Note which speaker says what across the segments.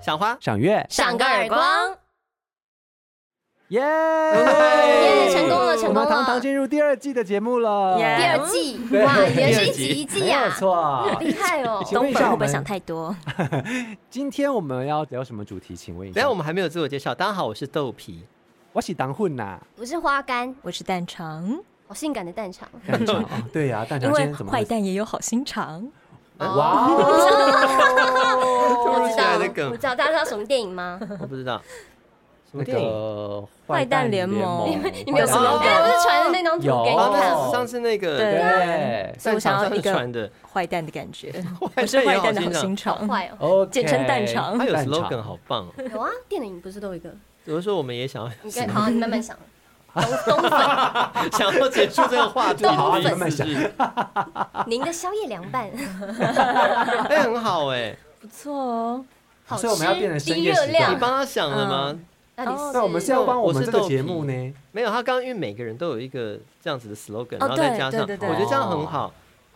Speaker 1: 赏花，
Speaker 2: 赏月，
Speaker 3: 赏个耳光，
Speaker 2: 耶！
Speaker 3: 耶成功了成功了
Speaker 2: 我们堂堂进入第二季的节目了，
Speaker 3: 第
Speaker 4: 耶
Speaker 3: 二季
Speaker 2: 对
Speaker 3: 哇，也
Speaker 1: 第
Speaker 3: 是一
Speaker 1: 二季
Speaker 3: 集一季
Speaker 2: 没有
Speaker 3: 呀，
Speaker 2: 错。
Speaker 3: 厉害哦！
Speaker 2: 请问
Speaker 4: 东
Speaker 2: 一
Speaker 4: 本
Speaker 2: 下，
Speaker 4: 会
Speaker 2: 我
Speaker 4: 不会
Speaker 2: 们
Speaker 4: 想太多？
Speaker 2: 今天我们要聊什么主题？请问一
Speaker 1: 等一
Speaker 2: 下
Speaker 1: 下我，们还没有自我介绍，大家好，我是豆皮，
Speaker 2: 我喜当混呐，
Speaker 3: 我是花干，
Speaker 4: 我是蛋肠，
Speaker 3: 好性感的蛋肠，
Speaker 2: 蛋肠哦对呀，蛋
Speaker 4: 因
Speaker 2: 肠今
Speaker 4: 为
Speaker 2: 天怎么
Speaker 4: 坏？蛋也有好心肠。
Speaker 2: 哇哦，
Speaker 3: 我
Speaker 1: 突
Speaker 3: 知
Speaker 1: 然
Speaker 3: 道，
Speaker 1: 来的梗
Speaker 3: 我知道，大家知道什么电影吗？
Speaker 4: 嗯
Speaker 1: 我不知道什么
Speaker 2: 那
Speaker 1: 电影。
Speaker 2: 个哦
Speaker 4: 坏蛋联盟
Speaker 2: 坏蛋
Speaker 3: 你们有什么？
Speaker 1: 哦
Speaker 3: 刚才不是传的那张图给
Speaker 2: 有
Speaker 3: 你
Speaker 1: 哦，那
Speaker 3: 看
Speaker 2: 哦
Speaker 1: 是上次那个
Speaker 4: 对
Speaker 2: 对
Speaker 4: 所以我想要一
Speaker 1: 上次传
Speaker 4: 个
Speaker 1: 的
Speaker 4: 坏蛋的感觉，
Speaker 1: 坏
Speaker 4: 我是坏
Speaker 1: 蛋
Speaker 4: 蛋
Speaker 1: 也
Speaker 4: 的
Speaker 1: 好
Speaker 4: 好心
Speaker 1: 心
Speaker 3: 好
Speaker 4: 肠，
Speaker 3: 坏哦，
Speaker 2: ，OK，
Speaker 4: 简称蛋肠
Speaker 1: 他有
Speaker 2: 蛋肠
Speaker 1: slogan 好棒哦。
Speaker 3: 有啊，电影不是都有一个？
Speaker 1: 有的时候我们也想
Speaker 3: 你跟好，你慢慢 想。东东粉，
Speaker 1: 要 想要结束这个话 题，
Speaker 3: 好啊
Speaker 1: 你的
Speaker 3: 你
Speaker 2: 慢慢
Speaker 1: 意思
Speaker 2: 想
Speaker 1: 是？
Speaker 3: 您的宵夜凉 拌
Speaker 1: 哎，很好哎，
Speaker 4: 不错哦。
Speaker 3: 好
Speaker 2: 所以我们要变成
Speaker 3: 吃，
Speaker 2: 深
Speaker 3: 低
Speaker 2: 夜时
Speaker 3: 热
Speaker 2: 段
Speaker 1: 你
Speaker 3: 量。
Speaker 1: 帮他想了吗？
Speaker 4: 嗯
Speaker 3: 那你是
Speaker 2: 那我们是要帮我们这个
Speaker 1: 我是豆皮
Speaker 2: 节目呢？
Speaker 1: 没有，他刚刚因为每个人都有一个这样子的 slogan，
Speaker 4: 哦
Speaker 1: 然后再加上，我
Speaker 4: 对对对
Speaker 1: 觉得这样很好。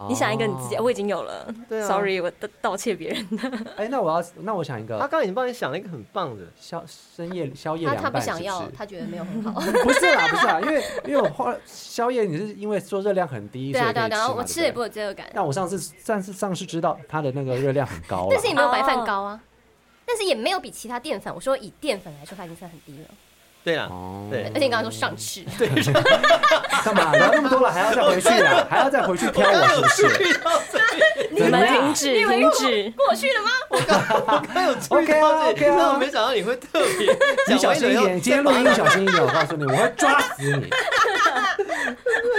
Speaker 4: 你想一个你自己，
Speaker 2: 哦
Speaker 4: 我已经有了
Speaker 1: 对啊
Speaker 4: ，sorry，我道道歉别人的。
Speaker 2: 哎，那我要，那我想一
Speaker 1: 他
Speaker 2: 个
Speaker 1: 刚刚已经帮你想了一个很棒的，
Speaker 2: 宵深夜宵夜
Speaker 3: 他
Speaker 2: 凉
Speaker 3: 他不
Speaker 2: 拌，
Speaker 3: 想
Speaker 2: 是
Speaker 3: 要，
Speaker 2: 是
Speaker 3: 他觉得没有 很好。
Speaker 2: 不是啦，不是啦，因为因为我花宵夜，你是因为说热量很低，
Speaker 3: 对
Speaker 2: 所以可
Speaker 3: 啊对
Speaker 2: 以
Speaker 3: 啊，
Speaker 2: 吃
Speaker 3: 然后
Speaker 2: 嘛
Speaker 3: 我吃也不。
Speaker 2: 对对
Speaker 3: 会有罪恶感，
Speaker 2: 但我上次上次上次知道它的那个热量很高啊啦，
Speaker 3: 但是也没有白
Speaker 4: 哦
Speaker 3: 饭高啊。但是也没有比其他淀粉，我说以淀粉来说，它已经算很低了。
Speaker 2: 嗯
Speaker 1: 对啦，
Speaker 2: 哦
Speaker 1: 对
Speaker 3: 而且你刚刚说上吃，
Speaker 2: 干嘛聊那么多了，还要再回去啦，还要再回去挑我是不 是？
Speaker 4: 你们停止，停止，
Speaker 3: 过去 了吗？
Speaker 1: 我刚有注意到这
Speaker 2: OK，OK
Speaker 1: 里，
Speaker 2: 啊
Speaker 1: 但我没想到你会特别讲
Speaker 2: 你小
Speaker 1: 完以后
Speaker 2: 心一
Speaker 1: 要
Speaker 2: 点，今天录音小心一点，我告诉你，我会抓死 你。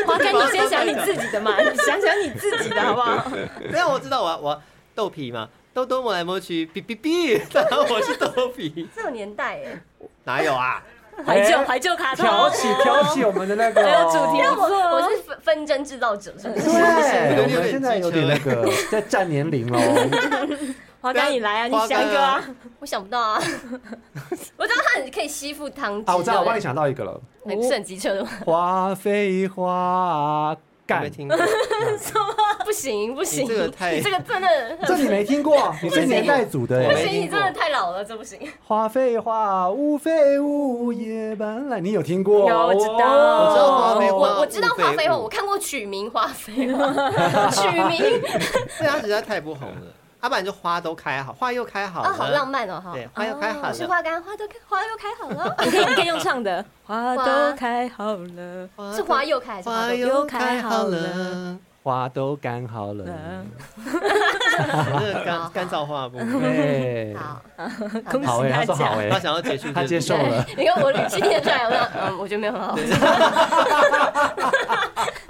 Speaker 4: 华哥，你先想你自 己的嘛， 你想想你自己的好不好？
Speaker 1: 那我知道我我豆皮嘛，豆豆摸来摸去，哔哔哔，然后我是豆皮，
Speaker 3: 这种年代哎，
Speaker 1: 哪有啊？
Speaker 4: 怀旧，
Speaker 2: 哎
Speaker 4: 怀旧卡通，
Speaker 2: 挑 起挑起我们的那个
Speaker 4: 还有主题
Speaker 3: 让
Speaker 4: 不
Speaker 3: 我
Speaker 4: 错哦，
Speaker 3: 我是纷纷争制造者，是不
Speaker 2: 对，啊
Speaker 3: 是？
Speaker 2: 我们现在有点那个在占年龄喽。哦
Speaker 4: 华哥你来啊，
Speaker 1: 华
Speaker 4: 你
Speaker 1: 哥
Speaker 4: 想一个啊，
Speaker 3: 我想不到啊， 我知道他很可以吸附汤汁，
Speaker 2: 啊，我知道，我帮你
Speaker 3: 对
Speaker 2: 想到一个了，
Speaker 3: 不对，哎不是很机车的吗？
Speaker 2: 花非花
Speaker 1: 我没
Speaker 2: 干，
Speaker 1: 听过，
Speaker 3: 不行不行，
Speaker 1: 你这个太
Speaker 3: 你这个真的很
Speaker 2: 这你没听过？你是年代组的
Speaker 1: 我
Speaker 3: 不
Speaker 1: 没
Speaker 2: 耶。
Speaker 3: 行，你
Speaker 1: 听过
Speaker 3: 真的太老了，这不行。
Speaker 2: 花非花，雾非雾，夜半来。你有听过？
Speaker 4: 有我知道
Speaker 1: 我
Speaker 2: 哦
Speaker 1: 知道花非花
Speaker 3: 我我知道花飞花，
Speaker 1: 雾非雾
Speaker 3: 我看过取名花飞花，取名
Speaker 1: 对啊，实在太不红了。要不然就花都开好，花又开好
Speaker 3: 啊，
Speaker 1: 了，
Speaker 3: 好浪漫哦哈。
Speaker 1: 对，花又开好
Speaker 3: 我是
Speaker 1: 了，
Speaker 3: 花干，花都开，花又开好了，
Speaker 4: 你可以你可以用唱的，花都开好了。
Speaker 1: 花
Speaker 3: 是花又开还是花
Speaker 1: 花
Speaker 3: 都开？
Speaker 1: 又开好了，
Speaker 2: 花都干好了。
Speaker 1: 我这个
Speaker 3: 好
Speaker 1: 干干燥花的部分，
Speaker 2: 对，
Speaker 3: 好，
Speaker 4: 恭
Speaker 2: 哎好
Speaker 4: 喜
Speaker 2: 诶，
Speaker 4: 大
Speaker 2: 他说好欸
Speaker 1: 他
Speaker 4: 家！
Speaker 2: 诶，
Speaker 1: 想要结束，
Speaker 2: 嗯他接受了。
Speaker 3: 哎你看我今天出来，我想，嗯，我觉得没有很好。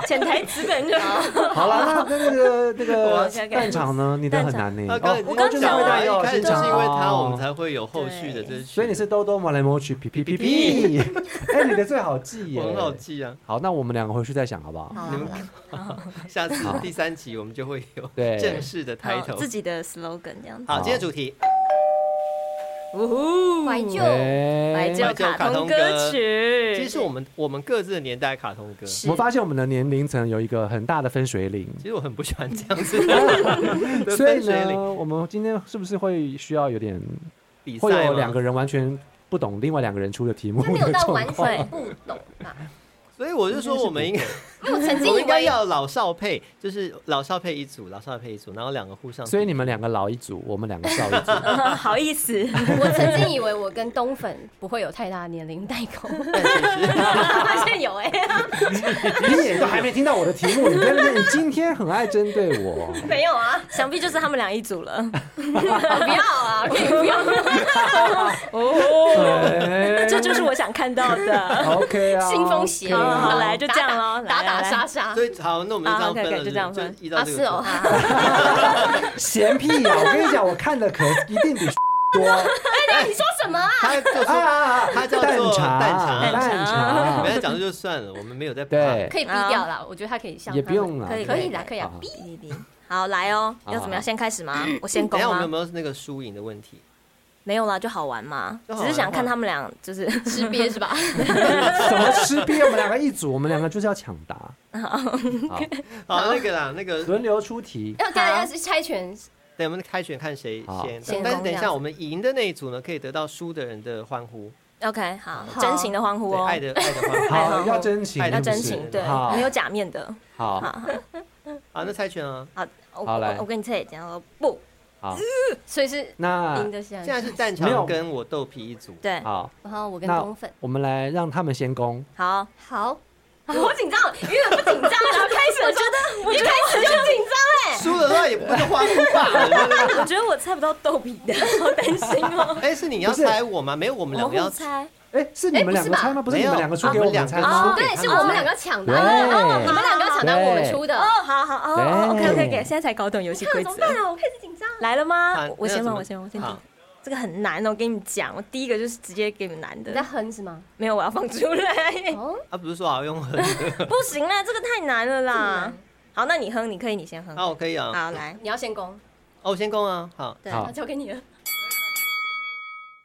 Speaker 4: 潜台词本就
Speaker 2: 好了，那那个那
Speaker 4: 我
Speaker 2: 个
Speaker 4: 先给
Speaker 2: 蛋肠呢？你的很难欸哦
Speaker 1: 他。
Speaker 2: 呢
Speaker 1: 刚
Speaker 4: 我刚
Speaker 1: 已经
Speaker 4: 讲
Speaker 1: 讲
Speaker 4: 完
Speaker 1: 完，
Speaker 2: 要
Speaker 1: 一开始就是因为他，我们。
Speaker 2: 哎哦
Speaker 1: 才会有后续的这。
Speaker 2: 所以你是兜兜摸来摸去，皮皮皮皮。 哎，你的最好记耶，
Speaker 1: 我很好记啊，
Speaker 2: 好，那我们两个回去再想好不好？
Speaker 3: 好啦
Speaker 1: 你
Speaker 3: 好
Speaker 1: 们
Speaker 3: 啦，
Speaker 1: 嗯 下次第三集我们就会有
Speaker 2: 对
Speaker 1: 正式的抬头
Speaker 4: 自。己的 slogan 这样子。
Speaker 1: 好，今天主题
Speaker 4: 呜呼
Speaker 3: 怀旧
Speaker 2: 哎
Speaker 4: 怀旧卡通歌曲，
Speaker 1: 其实是我们我们各自的年代卡通歌。
Speaker 2: 我发现我们的年龄层有一个很大的分水岭，
Speaker 1: 其实我很不喜欢这样子 的 的
Speaker 2: 所以
Speaker 1: 分水岭
Speaker 2: 呢，我们今天是不是会需要有点，
Speaker 1: 比
Speaker 2: 会
Speaker 1: 赛
Speaker 2: 有
Speaker 1: 嘛
Speaker 2: 两个人完全不懂另外两个人出的题目
Speaker 3: 他没有
Speaker 2: 的
Speaker 3: 到
Speaker 2: 状
Speaker 3: 完
Speaker 2: 况？
Speaker 3: 全不懂啊吧？
Speaker 1: 所以我就说我们 应该，
Speaker 3: 因为 我 曾
Speaker 1: 我
Speaker 3: 经
Speaker 1: 们
Speaker 3: 以
Speaker 1: 应该
Speaker 3: 为
Speaker 1: 要老少配，就是老少配一组，老少配一组，然后两个互相。
Speaker 2: 所以你们两个老一组，我们两个少一 组。
Speaker 4: 嗯 好意思，
Speaker 3: 我曾经以为我跟东粉不会有太大的年龄代沟，
Speaker 1: 但其实
Speaker 3: 发现有哎、
Speaker 2: 你也都还没听到我的题目，你在那边，你今天很爱针对 我。
Speaker 3: 没有啊，
Speaker 4: 想必就是他们俩一组了。
Speaker 3: 不要啊，可以 不要。
Speaker 4: 哦，
Speaker 2: 哎
Speaker 4: 这就是我想看到的。
Speaker 2: OK 啊，
Speaker 3: 腥风血雨，
Speaker 4: 好好
Speaker 3: 然后
Speaker 4: 来就这样咯
Speaker 3: 打
Speaker 4: 来来
Speaker 3: 打
Speaker 4: 来
Speaker 3: 打打杀杀。
Speaker 1: 所以好，那我们就这样分了，
Speaker 4: 啊，OK，OK，就这样分
Speaker 1: 就依照
Speaker 3: 啊
Speaker 1: 这
Speaker 3: 是
Speaker 1: 个。
Speaker 3: 哦，
Speaker 2: 嫌屁呀！我跟你讲，我看的可一定比多啊
Speaker 3: 你说什么啊？
Speaker 1: 他就
Speaker 2: 啊
Speaker 1: 是
Speaker 2: 啊啊
Speaker 1: 它叫
Speaker 2: 蛋
Speaker 1: 做
Speaker 2: 茶，
Speaker 1: 蛋茶
Speaker 2: 蛋
Speaker 1: 你们
Speaker 2: 茶，
Speaker 1: 要讲的就算了，我们没有在怕。
Speaker 2: 对，
Speaker 3: 可以逼掉啦，我觉得他可以像
Speaker 2: 也
Speaker 3: 他
Speaker 2: 不
Speaker 3: 们
Speaker 2: 用了，
Speaker 4: 可以
Speaker 3: 可以啦，可以啊啦
Speaker 2: 好。
Speaker 3: 逼
Speaker 4: 哔哔好，来哦，
Speaker 2: 好
Speaker 4: 要怎么样？先开始吗？我先
Speaker 1: 等
Speaker 4: 攻
Speaker 1: 一下我们有
Speaker 4: 吗？
Speaker 1: 没有那个输赢的问题？
Speaker 4: 没有啦，就好玩嘛，
Speaker 1: 就
Speaker 4: 只
Speaker 1: 好玩
Speaker 4: 是想看他们俩就是
Speaker 3: 吃鳖是吧？
Speaker 2: 什么吃瘪？我们两个一组，我们两个就是要抢答。好，
Speaker 1: 好，那个啦，那个
Speaker 2: 轮流出题。
Speaker 3: 要大家是猜拳
Speaker 1: 对，我们开选看谁
Speaker 2: 好
Speaker 1: 先
Speaker 3: 先。
Speaker 1: 但是
Speaker 3: 攻
Speaker 1: 等一
Speaker 3: 这样
Speaker 1: 下，
Speaker 3: 子
Speaker 1: 我们赢的那一组呢，可以得到输的人的欢呼，
Speaker 4: OK，好，
Speaker 3: 好
Speaker 4: 真情的欢呼
Speaker 1: 对，
Speaker 4: 哦，
Speaker 1: 爱的爱的欢呼。
Speaker 2: 好，要真情，
Speaker 1: 爱
Speaker 4: 要
Speaker 1: 的
Speaker 4: 真
Speaker 1: 故事
Speaker 4: 情，对
Speaker 2: 好，
Speaker 4: 没有假面的。
Speaker 2: 好
Speaker 4: 好
Speaker 1: 啊，那猜拳啊，
Speaker 4: 好，我
Speaker 2: 好来
Speaker 4: 我我跟你猜，讲了不，
Speaker 2: 好，
Speaker 3: 所以是
Speaker 2: 那
Speaker 3: 赢的是
Speaker 1: 现在是蛋
Speaker 2: 没有
Speaker 1: 强跟我豆皮一组。
Speaker 4: 对，
Speaker 2: 好，
Speaker 3: 然后我跟
Speaker 2: 那
Speaker 3: 公粉
Speaker 2: 我们来让他们先攻。
Speaker 4: 好，
Speaker 3: 好，
Speaker 4: 好紧张，因为我不
Speaker 3: 啊
Speaker 4: 紧张，然后开始我觉得，我一开始就紧哎
Speaker 1: 输了的话也不会欢呼吧？
Speaker 4: 张，我觉得我猜不到逗比的，好担心哦。
Speaker 1: 哎，是你要
Speaker 2: 不是
Speaker 1: 猜我吗？没有，我们两个要
Speaker 4: 互猜，
Speaker 2: 哎，是你们两个猜吗？不是
Speaker 1: 没
Speaker 2: 你
Speaker 1: 有
Speaker 2: 们两个出给
Speaker 1: 我
Speaker 2: 我
Speaker 1: 们
Speaker 2: 们
Speaker 1: 两
Speaker 2: 猜
Speaker 1: 个
Speaker 2: 吗？
Speaker 1: 出
Speaker 3: 哦，
Speaker 1: 给
Speaker 3: 对，
Speaker 1: 他
Speaker 3: 是我们两个抢的，
Speaker 2: 对
Speaker 3: 哦，你们两个抢到我们
Speaker 2: 对
Speaker 3: 出的，
Speaker 4: 哦，好好哦哦
Speaker 2: 对
Speaker 4: ，OK OK OK，现在才搞懂游戏规
Speaker 3: 看怎
Speaker 4: 则
Speaker 3: 么。办啊？我开始紧张了。
Speaker 4: 来了吗
Speaker 1: 啊？
Speaker 4: 我我
Speaker 1: 那
Speaker 4: 先
Speaker 1: 怎
Speaker 4: 问，
Speaker 1: 么
Speaker 4: 我先问，我先
Speaker 1: 好
Speaker 4: 听。这个很难哦，我跟你讲，我第一个就是直接给你们难
Speaker 3: 你在
Speaker 4: 的，
Speaker 3: 哼是吗？
Speaker 4: 没有，我要放出来，
Speaker 3: 哦，
Speaker 1: 啊，不是说好用很
Speaker 4: 不行啦，这个太难了
Speaker 3: 这么
Speaker 4: 啦
Speaker 3: 难。
Speaker 4: 好，那你哼，你可以，你先哼。
Speaker 1: 啊，我可以啊。
Speaker 4: 好，来，
Speaker 3: 你要先攻，
Speaker 1: 哦，我先攻啊，好。
Speaker 4: 对，
Speaker 2: 好
Speaker 3: 好交给你了。
Speaker 1: 哒哒哒哒哒哒哒哒哒哒哒哒哒哒哒哒哒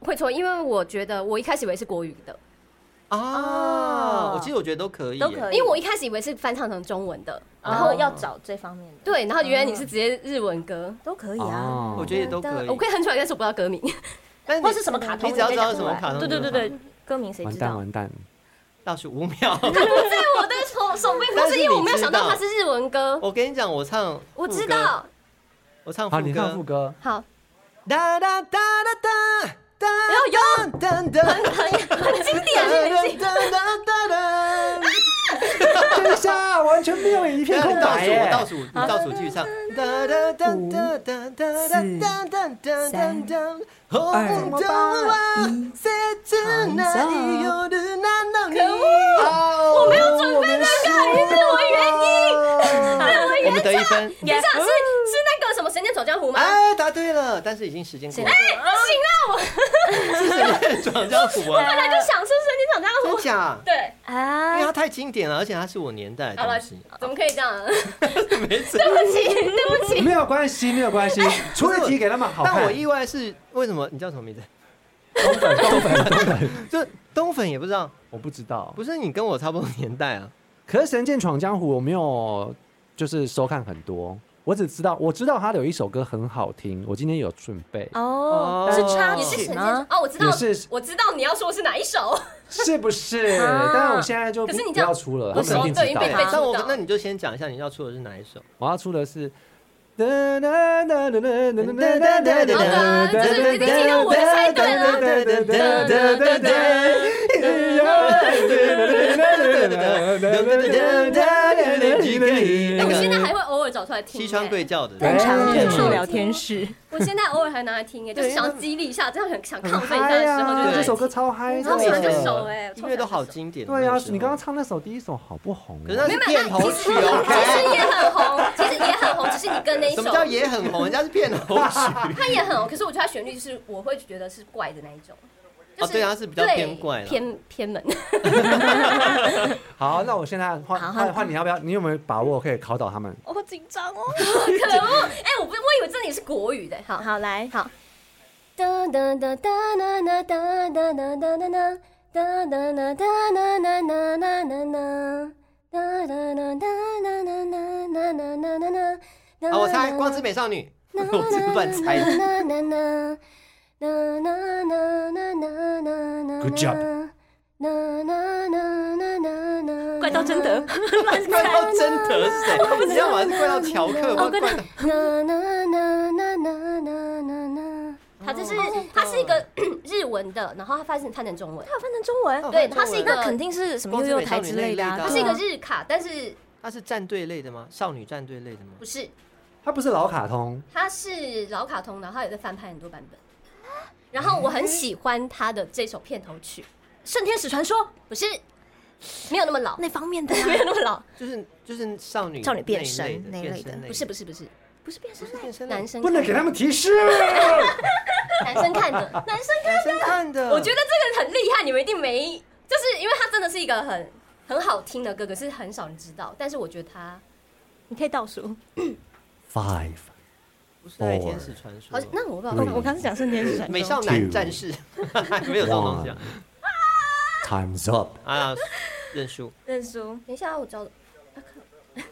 Speaker 3: 会错，因为我觉得我一开始以为是国语的，
Speaker 1: 啊，我其实我觉得都可以，
Speaker 4: 都可以
Speaker 3: 因为我一开始以为是翻唱成中文的，
Speaker 4: 然后要找这方面的，
Speaker 3: 对，然后原来你是直接日文歌，
Speaker 4: 都可以啊。
Speaker 2: 哦
Speaker 1: 我觉得也都可以。
Speaker 3: 我可以哼出来，但是我不知道歌名。
Speaker 1: 但是
Speaker 4: 或
Speaker 1: 你
Speaker 4: 是什么卡通，
Speaker 1: 你只要
Speaker 4: 可以
Speaker 1: 知道
Speaker 4: 讲
Speaker 1: 什
Speaker 4: 出
Speaker 1: 么
Speaker 4: 来
Speaker 3: 啊
Speaker 1: 卡通
Speaker 4: 对
Speaker 1: 就
Speaker 4: 对对
Speaker 1: 好
Speaker 4: 对，歌名谁
Speaker 2: 完
Speaker 4: 知
Speaker 2: 蛋
Speaker 4: 道？
Speaker 2: 完蛋，
Speaker 1: 倒数五秒。
Speaker 3: 在我的手手背，
Speaker 1: 但
Speaker 3: 不
Speaker 1: 是
Speaker 3: 是
Speaker 1: 你
Speaker 3: 因为我没有
Speaker 1: 知
Speaker 3: 想到
Speaker 1: 道
Speaker 3: 它是日文歌，
Speaker 1: 我跟你讲，我唱，
Speaker 3: 我知，道。
Speaker 1: 我唱
Speaker 2: 好，你
Speaker 1: 副
Speaker 2: 看副
Speaker 1: 歌，
Speaker 2: 歌，
Speaker 3: 好，
Speaker 1: 哒哒哒哒哒哒，
Speaker 3: 有
Speaker 1: 有噔噔，
Speaker 3: 很经典，啊很经典。
Speaker 1: 哒哒哒 哒，
Speaker 2: 等一下，完全没有一片空
Speaker 1: 倒
Speaker 2: 白
Speaker 1: 数，我
Speaker 3: 哎
Speaker 2: 耶。
Speaker 1: 倒数，你倒数继续 唱，哒哒哒哒哒哒哒哒哒哒哒，哦红灯啊，在这那里有的那那里，我没
Speaker 2: 哎
Speaker 1: 有准备那个，
Speaker 3: 是我
Speaker 1: 原因，我们得一分。
Speaker 3: 等一下，是是那个什么《神剑走江湖》吗？
Speaker 1: 哎，答对了，但是已经时间过了。
Speaker 3: 不行啊，
Speaker 1: 是谁闯江湖
Speaker 3: 我本
Speaker 1: 啊？
Speaker 3: 来就想是《神剑走江湖
Speaker 1: 真》。假？
Speaker 3: 对，
Speaker 1: 因
Speaker 4: 啊
Speaker 1: 为它太经典了，而且它是我年代的
Speaker 3: 好了
Speaker 1: 东西。，
Speaker 3: 怎么可以这样？
Speaker 1: 没错。
Speaker 2: 没有关系，没有关系，出一题给他们好看。
Speaker 1: 哎
Speaker 2: 哎
Speaker 1: 但我意外是为什么？你叫什么名字？
Speaker 2: 东粉，东粉，东 粉，
Speaker 1: 就东粉也不知道，
Speaker 2: 我不知道。
Speaker 1: 不是你跟我差不多年代啊。
Speaker 2: 可是《神剑闯江湖》我没有就是收看很多，我只知道我知道他有一首歌很好听，我今天有准备，
Speaker 4: 哦
Speaker 1: 哦，
Speaker 4: 是插
Speaker 3: 也是
Speaker 4: 曲
Speaker 3: 神剑
Speaker 4: 吗？
Speaker 3: 哦，我知道
Speaker 2: 也，是
Speaker 3: 我知道你要说是哪一首。
Speaker 2: 是不是？
Speaker 4: 啊
Speaker 2: 但是我现在就
Speaker 3: 可是你
Speaker 2: 不
Speaker 3: 这样
Speaker 2: 要出了，
Speaker 3: 不
Speaker 2: 他们一定
Speaker 3: 熟对
Speaker 2: 知道
Speaker 3: 因。为被
Speaker 4: 好
Speaker 1: 但
Speaker 3: 知
Speaker 1: 我
Speaker 3: 道
Speaker 1: 那你就先讲一下你要出的是哪一首？
Speaker 2: 我要出的是。
Speaker 3: 哎，我现在还会偶尔找出来听。欸
Speaker 1: 西川贵教的。
Speaker 2: 对
Speaker 4: 长
Speaker 2: 哎
Speaker 4: 远处聊天室，
Speaker 3: 我现在偶尔还拿来听，哎，就是
Speaker 1: 对
Speaker 3: 想要激励一下，这样很想亢奋一下的时候就
Speaker 1: 对
Speaker 3: 拿来
Speaker 2: 啊这
Speaker 3: 听
Speaker 2: 首歌超嗨，
Speaker 3: 超喜欢这首哎，
Speaker 1: 音乐都好经典。
Speaker 2: 对啊
Speaker 1: 那时，候
Speaker 2: 你刚刚唱那首第一首好不红
Speaker 1: 可是
Speaker 2: 哦？
Speaker 1: 那
Speaker 3: 没有
Speaker 1: 是
Speaker 3: 没有，
Speaker 1: 片
Speaker 3: 那
Speaker 1: 头
Speaker 3: 其实
Speaker 1: 曲，OK？
Speaker 3: 其实也很红，其实也很红，只是你跟那一
Speaker 1: 什
Speaker 3: 首
Speaker 1: 么，叫也很红？人家是 片头曲。
Speaker 3: 它也很红，可是我觉得它旋律是我会觉得是怪的那一种，就
Speaker 1: 哦，
Speaker 3: 是
Speaker 1: 对啊，是比较
Speaker 3: 对
Speaker 1: 偏怪啦。
Speaker 3: 偏偏门。
Speaker 2: 好，那我现在换
Speaker 4: 好
Speaker 2: 换换，你要不要？你有没有把握可以考倒他们？
Speaker 4: 我好紧张哦。
Speaker 3: 可恶！哎、我不，我以为这里是国语的。好，
Speaker 4: 好，来，
Speaker 3: 好。哒哒哒哒哒哒哒哒哒哒哒哒哒哒哒哒哒哒哒哒哒哒。哒哒哒哒哒哒哒哒哒哒哒。
Speaker 1: 啊，我猜《光之美少女》， 我是乱猜的。
Speaker 3: 哒哒哒哒哒哒哒哒哒。
Speaker 2: Good job
Speaker 3: 哒哒哒哒哒哒。
Speaker 4: 怪盗贞德，乱
Speaker 1: 怪
Speaker 4: 猜。
Speaker 1: 到真的是谁？你要么是怪到乔克，
Speaker 3: 哦
Speaker 1: 或怪到
Speaker 3: 它这是它哦是一个 日文的，然后它翻成翻成中文，
Speaker 4: 翻成中文
Speaker 1: 哦
Speaker 3: 对，
Speaker 1: 翻成
Speaker 3: 它
Speaker 1: 中文
Speaker 3: 是一个
Speaker 4: 那肯定是什么悠悠台之类的啊，
Speaker 1: 光
Speaker 3: 它
Speaker 1: 之
Speaker 3: 是一
Speaker 1: 美
Speaker 3: 个日卡，但是
Speaker 1: 它是战队类的吗？少女战队类的吗？
Speaker 3: 不是
Speaker 2: 它不是老卡通，
Speaker 3: 它是老卡通，然后它有在翻拍很多版本。然后我很喜欢它的这首片头曲《圣天使传说》，不是没有那么老，
Speaker 4: 那方面的啊，
Speaker 3: 没有那么老，
Speaker 1: 就是就是少女
Speaker 4: 少女变身
Speaker 1: 那一类的
Speaker 4: 那一类的
Speaker 1: 变身类
Speaker 3: 不是不是不是，不是变身
Speaker 1: 变身
Speaker 3: 类，
Speaker 1: 类
Speaker 3: 男
Speaker 4: 嗯
Speaker 3: 生
Speaker 5: 不能给他们提示。
Speaker 3: 看的男生看 的，男生看。
Speaker 1: 男生看的，
Speaker 3: 我觉得这个很厉害，你们一定没，就是因为它真的是一个很很好听的歌，可是很少人知道。但是我觉得它
Speaker 4: 你可以倒数。
Speaker 2: Five，
Speaker 1: 不是爱天使传说
Speaker 3: 好，像，那我不知
Speaker 2: 对
Speaker 3: 道，
Speaker 4: 我刚是讲是天使传说
Speaker 1: 美少男战士 没有这种东西啊
Speaker 2: time's up。
Speaker 1: 啊，认输。
Speaker 4: 认输。
Speaker 3: 等一下啊我找，啊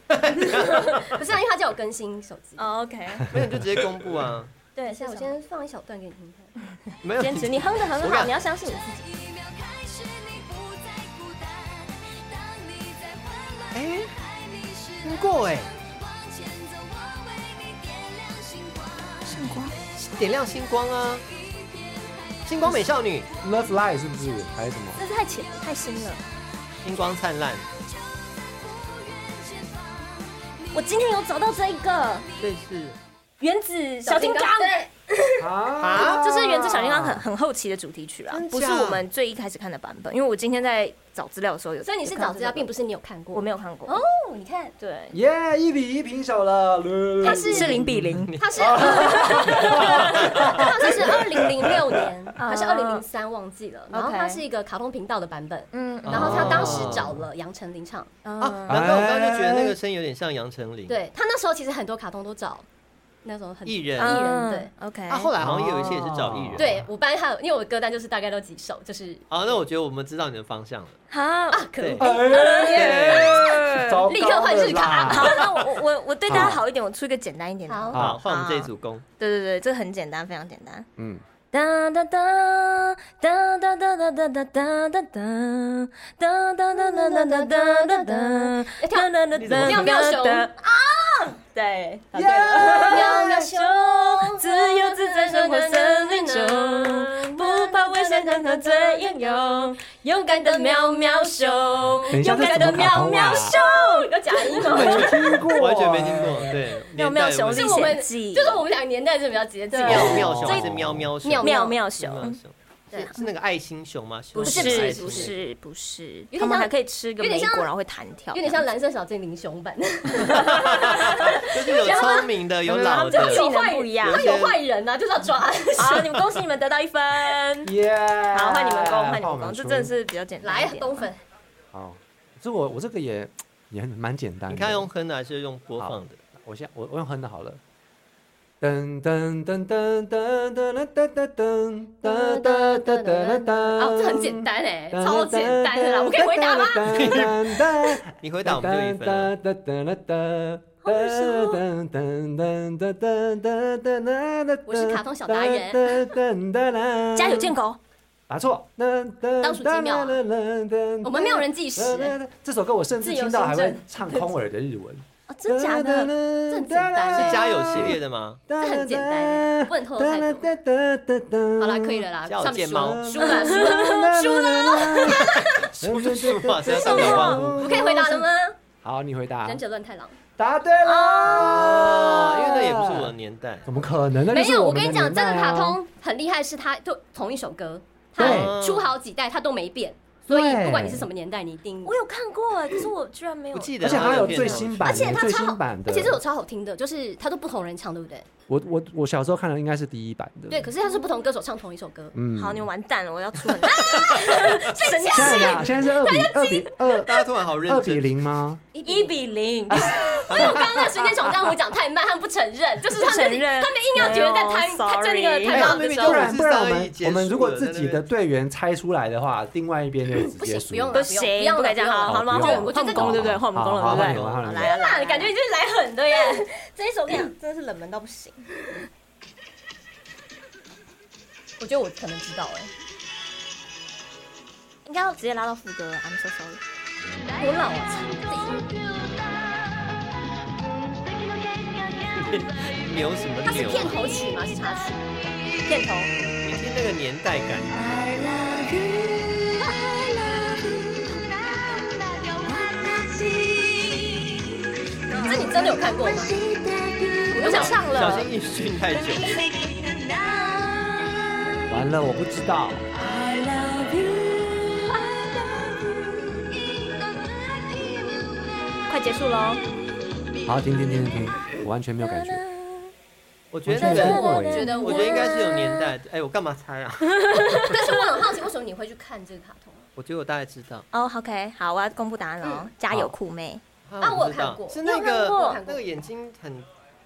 Speaker 3: 靠 不是啊，因为他叫我更新手机。
Speaker 4: 哦 OK，
Speaker 1: 没有你就直接公布啊，
Speaker 4: 对，
Speaker 3: 等一下，我先放一小段给你听听。
Speaker 1: 没有
Speaker 4: 坚持，你哼的
Speaker 1: 我
Speaker 4: 很好，
Speaker 1: 敢
Speaker 4: 你要相信你自己。
Speaker 6: 这一秒开始，你不再孤单。当你在温暖
Speaker 1: 哎
Speaker 6: 的海里时，
Speaker 1: 听过哎，
Speaker 6: 往前走，我为你点亮星光。
Speaker 1: 点亮星光啊，星光美少女，
Speaker 2: Love Lie 是不是还是什么？
Speaker 4: 这太浅太新了。
Speaker 1: 星光灿烂，
Speaker 4: 我今天有找到这一个
Speaker 1: 这是
Speaker 4: 原子小金刚，
Speaker 3: 对
Speaker 1: 啊，
Speaker 4: 这是原子小金刚很很后期的主题曲啊
Speaker 1: 真，假
Speaker 4: 不是我们最一开始看的版本。因为我今天在找资料的时候有，
Speaker 3: 所以你是找资料，并
Speaker 4: 不
Speaker 3: 不是你有看过。
Speaker 4: 我没有看过。
Speaker 3: 哦，你看，
Speaker 4: 对，
Speaker 2: 耶，一比一平手了。
Speaker 3: 它是
Speaker 4: 是零比零。
Speaker 3: 他是， 他好像是二零零 六年还是二零零三忘记了。然后
Speaker 4: 啊 OK
Speaker 3: 它是一个卡通频道的版本，
Speaker 4: 嗯
Speaker 1: 哦
Speaker 3: 然后他当时找了杨丞琳唱。
Speaker 1: 啊，
Speaker 4: 嗯
Speaker 1: 难怪我刚刚就觉得那个声音有点像杨丞琳。，
Speaker 3: 对他那时候其实很多卡通都找那种很
Speaker 1: 艺人
Speaker 3: 艺人对。
Speaker 4: ，OK，
Speaker 1: 啊，后来好像有一些也是找艺人。
Speaker 3: 对我班还有，因为我的歌单就是大概都几首，就是
Speaker 1: 好，那我觉得我们知道你的方向了。
Speaker 4: 好，
Speaker 3: 可能
Speaker 2: 哎糟糕了啦
Speaker 3: 立刻换日卡
Speaker 4: 好，那我我我我对大家好一点，我出一个简单一点的。
Speaker 3: 好
Speaker 1: 好，换我们这一组攻。
Speaker 4: 对对对，这很简单，非常简单。
Speaker 2: 嗯，
Speaker 4: 哒哒哒哒哒哒哒哒哒哒哒哒哒哒哒哒哒哒哒哒，哎跳哒哒哒啊！对，答对了。
Speaker 3: 喵喵熊，
Speaker 4: 自由自在生活森林中，不怕危险，让它最英勇，勇敢的喵喵熊，
Speaker 2: 等一下
Speaker 4: 勇敢的喵喵熊，有假音哦。
Speaker 2: 啊听过，
Speaker 1: 完全没听。过，对，
Speaker 4: 妙妙
Speaker 1: 年代
Speaker 4: 熊历
Speaker 1: 我
Speaker 3: 是
Speaker 1: 们
Speaker 3: 我
Speaker 4: 险
Speaker 3: 们
Speaker 4: 记，
Speaker 3: 就是我们两个年代是比较接近的。
Speaker 1: 妙妙熊
Speaker 2: 这
Speaker 1: 还是喵喵熊？
Speaker 3: 妙
Speaker 4: 妙妙
Speaker 1: 喵
Speaker 4: 熊。
Speaker 1: 熊
Speaker 3: 对
Speaker 1: 是是那个爱心熊吗？熊
Speaker 4: 不
Speaker 1: 还
Speaker 4: 是
Speaker 1: 爱心
Speaker 4: 不是不是，
Speaker 3: 有点
Speaker 4: 他们
Speaker 3: 像
Speaker 4: 还可以吃个
Speaker 3: 有
Speaker 4: 莓
Speaker 3: 点像
Speaker 4: 果，然后会弹跳，
Speaker 3: 有点像蓝色小精灵熊 版，
Speaker 1: 就是有聪明的，有老
Speaker 4: 他们
Speaker 1: 的
Speaker 4: 就。
Speaker 3: 有
Speaker 4: 技
Speaker 3: 坏
Speaker 4: 能不一样
Speaker 3: 他有坏人啊呐，就是要抓。
Speaker 4: 好，你们恭喜你们得到一分，
Speaker 2: 耶！
Speaker 4: 好，换你们攻，换你
Speaker 2: 换我
Speaker 4: 们
Speaker 2: 们
Speaker 4: 攻，
Speaker 2: 出
Speaker 4: 这真的是比较简单
Speaker 3: 来啊
Speaker 4: 一，点。
Speaker 3: 公粉，
Speaker 2: 好。这我我这个也也很蛮简单的。
Speaker 1: 你看用哼的还是用播放的？
Speaker 2: 我先我我用哼的好了。噔噔噔噔噔噔噔噔噔噔噔噔噔噔噔。
Speaker 3: 啊，这很简。单哎，超简单的啦，我可以回答吗？
Speaker 2: 吗？
Speaker 1: 你回答我们就一分了。
Speaker 3: 我是卡通小达人
Speaker 2: 人
Speaker 4: 家有贱，狗，
Speaker 2: 答错。
Speaker 3: 倒
Speaker 2: 倒
Speaker 3: 数几秒啊我
Speaker 2: 我
Speaker 3: 们没有人计时欸，
Speaker 2: 这首歌我甚至听到还会唱空耳的日文，
Speaker 3: 哦，真假的？
Speaker 2: 这
Speaker 3: 很简单
Speaker 1: 是家有系列的吗？
Speaker 2: 这
Speaker 3: 很简单欸不能透露太
Speaker 2: 多
Speaker 3: 好啦，可以了啦，
Speaker 1: 家有
Speaker 3: 上
Speaker 1: 贱
Speaker 3: 面
Speaker 1: 猫
Speaker 3: 输了，输了，
Speaker 2: 输了，输就
Speaker 1: 输嘛谁要当老万物
Speaker 3: 我可以回答了吗？
Speaker 2: 好，你回答
Speaker 3: 忍。者乱太郎，
Speaker 2: 答对了
Speaker 1: 啊，因为那也不是我的年代。
Speaker 2: 怎么可能呢？那
Speaker 3: 没
Speaker 2: 就是
Speaker 3: 有，我
Speaker 2: 们的
Speaker 3: 跟你讲，这
Speaker 2: 年代
Speaker 3: 个
Speaker 2: 啊
Speaker 3: 卡通很厉害，是它就同一首歌，它
Speaker 2: 对
Speaker 3: 出好几代它都没变，所以
Speaker 2: 对
Speaker 3: 不管你是什么年代，你一定
Speaker 4: 我。有看过，可是我居然没有。
Speaker 1: 不记得，
Speaker 2: 而且还有最新版
Speaker 3: 而
Speaker 2: 的，
Speaker 3: 且它
Speaker 2: 最
Speaker 3: 超
Speaker 2: 新
Speaker 3: 好
Speaker 2: 版，的。
Speaker 3: 而且这首超好听的，就是它都不同人唱，对不对？
Speaker 2: 我我我小时候看的应该是第一版的。
Speaker 3: 对，可是它是不同歌手唱同一首歌。
Speaker 2: 嗯
Speaker 4: 好，你们完蛋了，我要出很生气
Speaker 2: 现在俩啊现在是二比二比二
Speaker 1: 大家突然好认
Speaker 2: 二比
Speaker 1: 真。
Speaker 2: 零吗？
Speaker 4: 一比零，
Speaker 3: 所以 我刚刚在《瞬间挑战》我讲太慢，他们不承 认，就是他
Speaker 4: 不
Speaker 3: 们
Speaker 4: 承认
Speaker 3: 他们硬要觉得在
Speaker 4: 没有
Speaker 3: 太他在那
Speaker 4: sorry
Speaker 3: 个
Speaker 1: 哎
Speaker 3: 太
Speaker 1: 他
Speaker 3: 棒
Speaker 1: 明明
Speaker 3: 的时
Speaker 1: 就
Speaker 3: 候
Speaker 2: 不，然
Speaker 1: 是
Speaker 2: 不然我
Speaker 1: 上一
Speaker 2: 们
Speaker 1: 节
Speaker 2: 我们如果
Speaker 1: 输了在
Speaker 2: 自
Speaker 1: 那
Speaker 2: 己的
Speaker 1: 边
Speaker 2: 队员猜出来的话，另外一边就直
Speaker 3: 不
Speaker 2: 接
Speaker 3: 行，
Speaker 2: 输。
Speaker 3: 不用了，
Speaker 4: 不
Speaker 3: 用不
Speaker 4: 行，
Speaker 3: 用
Speaker 4: 不
Speaker 3: 了
Speaker 4: 可以这样，好好吗？
Speaker 2: 不
Speaker 4: 换
Speaker 2: 用
Speaker 4: 我们
Speaker 3: 我
Speaker 4: 换
Speaker 3: 觉
Speaker 4: 我
Speaker 3: 得
Speaker 4: 们攻，对不对？
Speaker 2: 好
Speaker 4: 换我们攻
Speaker 2: 好
Speaker 4: 了，对不
Speaker 2: 好换你
Speaker 4: 对？好
Speaker 2: 们
Speaker 4: 来啊
Speaker 3: 天哪
Speaker 4: 来啊，
Speaker 3: 感觉就是来狠的耶！
Speaker 4: 这一首跟你 讲，真的是冷门到不行。
Speaker 3: 我觉得我可能知道哎，
Speaker 4: 应该要直接拉到副歌了，I'm so sorry。
Speaker 3: 我老啊，
Speaker 1: 牛什么
Speaker 3: 它是
Speaker 1: 牛？
Speaker 3: 片头曲吗？是插曲？
Speaker 4: 片头，
Speaker 1: 你听那个年代感，
Speaker 3: 这你真的有看过吗？我想唱
Speaker 1: 小
Speaker 3: 了，
Speaker 1: 心一训太久。
Speaker 2: 完了，我不知道。
Speaker 4: 快结束喽！哦
Speaker 2: 好，停停停停停，我完全没有感觉。
Speaker 1: 我觉得那
Speaker 2: 完全
Speaker 1: 个，
Speaker 2: 不
Speaker 1: 我
Speaker 2: 会
Speaker 1: 觉得我觉得应该是有年代的。哎，我干嘛猜啊？
Speaker 3: 但是我很好奇，为什么你会去看这个卡通 啊？
Speaker 1: 我觉得我大概知道
Speaker 4: 哦、o k 好，我要公布答案了，加油酷妹，
Speaker 3: 啊我
Speaker 1: 我知道
Speaker 3: 看过
Speaker 1: 是
Speaker 3: 你有
Speaker 1: 那
Speaker 3: 看过我
Speaker 1: 个
Speaker 3: 看过
Speaker 1: 那个眼睛很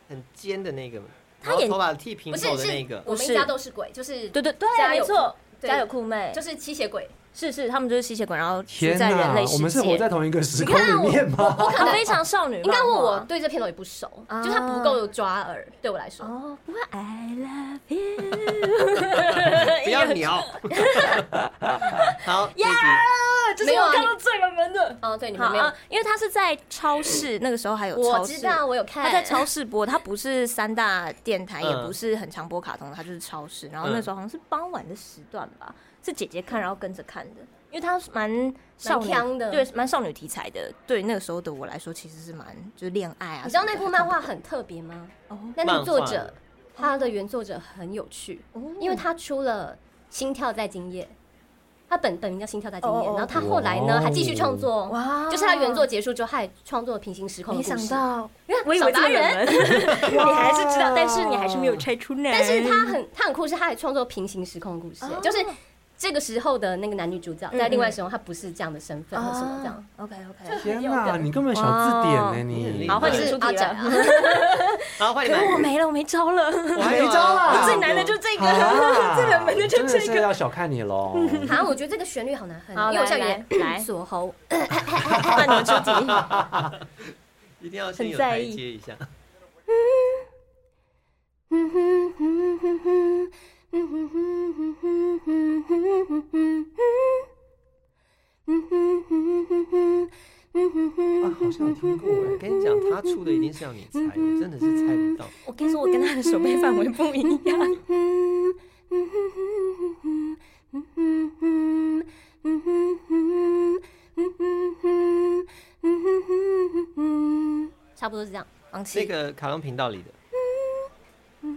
Speaker 1: 很尖的那个，
Speaker 4: 他
Speaker 1: 然后
Speaker 4: 眼
Speaker 1: 头发剃平
Speaker 3: 不是
Speaker 1: 头，的那
Speaker 3: 是
Speaker 1: 个，
Speaker 3: 我们一家都是鬼，就是
Speaker 4: 对对对，
Speaker 3: 加
Speaker 4: 没
Speaker 3: 油
Speaker 4: 错，
Speaker 3: 对
Speaker 4: 加油酷妹，
Speaker 3: 就
Speaker 4: 就是
Speaker 3: 吸血鬼。
Speaker 4: 是是，他们就是吸血鬼，然后处
Speaker 2: 天
Speaker 4: 在人类世界，
Speaker 2: 我们是活在同一个时空里面
Speaker 3: 我
Speaker 2: 吗？
Speaker 3: 可
Speaker 4: 啊
Speaker 3: 能
Speaker 4: 非常少女漫
Speaker 3: 应
Speaker 4: 画，
Speaker 3: 该问我对这片头也不熟，
Speaker 4: 啊
Speaker 3: 就是它不够抓耳，对我来说。
Speaker 4: 哦，我 I love you，
Speaker 1: 不要 鸟。 好，这一题
Speaker 4: 这
Speaker 3: 没有啊
Speaker 4: 最冷门的。
Speaker 3: 哦，对，你
Speaker 4: 好
Speaker 3: 们没有
Speaker 4: 啊，，因为他是在超市，那个时候还有
Speaker 3: 我
Speaker 4: 超市，
Speaker 3: 知道，我有看。
Speaker 4: 他在超市播，他不是三大电台，
Speaker 1: 嗯
Speaker 4: 也不是很常播卡通，他就是超市。然后那时候好像是傍晚的时段吧，是姐姐看，然后跟着看的，因为他蛮少
Speaker 3: 蛮强
Speaker 4: 女
Speaker 3: 的
Speaker 4: 对，蛮少女题材的。对那个时候的我来说，其实是蛮就是恋爱啊。
Speaker 3: 你知道那部漫画很特别吗？
Speaker 4: 哦
Speaker 3: 那那个作
Speaker 1: 漫
Speaker 3: 者
Speaker 1: 画，
Speaker 3: 他的原作者很有趣，
Speaker 4: 哦
Speaker 3: 因为他出了《心跳在今夜》，他本本名叫《心跳在今夜
Speaker 4: 哦哦》，哦
Speaker 3: 然后他后来呢
Speaker 2: 哇哦
Speaker 3: 还继续创作，
Speaker 4: 哇
Speaker 3: 就是他原作结束之后，他也创作了平行时空的
Speaker 4: 没
Speaker 3: 故事。
Speaker 4: 想到，
Speaker 3: 因
Speaker 4: 我
Speaker 3: 为
Speaker 4: 以
Speaker 3: 小
Speaker 4: 为这
Speaker 3: 达
Speaker 4: 么冷
Speaker 3: 人，
Speaker 4: 门， 你还是知道，但是你还是没有猜出呢。
Speaker 3: 但是他很他很酷，是他还创作平行时空的故事，
Speaker 4: 哦
Speaker 3: 就是这个时候的那个男女主角在另外时空，他不是这样的身
Speaker 4: 哦
Speaker 3: 份或什么这样。
Speaker 4: OK OK，
Speaker 2: 天哪，你根本小字典呢、你！
Speaker 1: 哇
Speaker 4: 好，换
Speaker 3: 或
Speaker 4: 你
Speaker 3: 者是
Speaker 4: 出题
Speaker 3: 阿展
Speaker 4: 了。
Speaker 3: 啊，
Speaker 1: 好，换你
Speaker 4: 可
Speaker 1: 们
Speaker 4: 是。我没了，我没招了。
Speaker 1: 我
Speaker 2: 没招啦
Speaker 4: 最难的就这个，
Speaker 2: 啊
Speaker 4: 最冷门的就
Speaker 2: 真的
Speaker 4: 这
Speaker 2: 是
Speaker 4: 个。
Speaker 2: 要小看你喽。
Speaker 3: 好像我觉得这个旋律好难哼
Speaker 4: 好，
Speaker 3: 因为我像
Speaker 4: 来
Speaker 3: 有
Speaker 4: 来来
Speaker 3: 点锁喉。
Speaker 4: 那你们出题。
Speaker 1: 一定要先有
Speaker 4: 很在
Speaker 1: 台
Speaker 4: 意
Speaker 1: 阶一下。
Speaker 2: 啊，好像有听过哎。
Speaker 1: 跟你讲，他出的一定是要你猜，我真的是猜不到。
Speaker 4: 我跟你说，我跟他的手背范围不一样。
Speaker 3: 差不多是这样，
Speaker 4: 放
Speaker 1: 这
Speaker 4: 弃。
Speaker 1: 个卡通频道里的，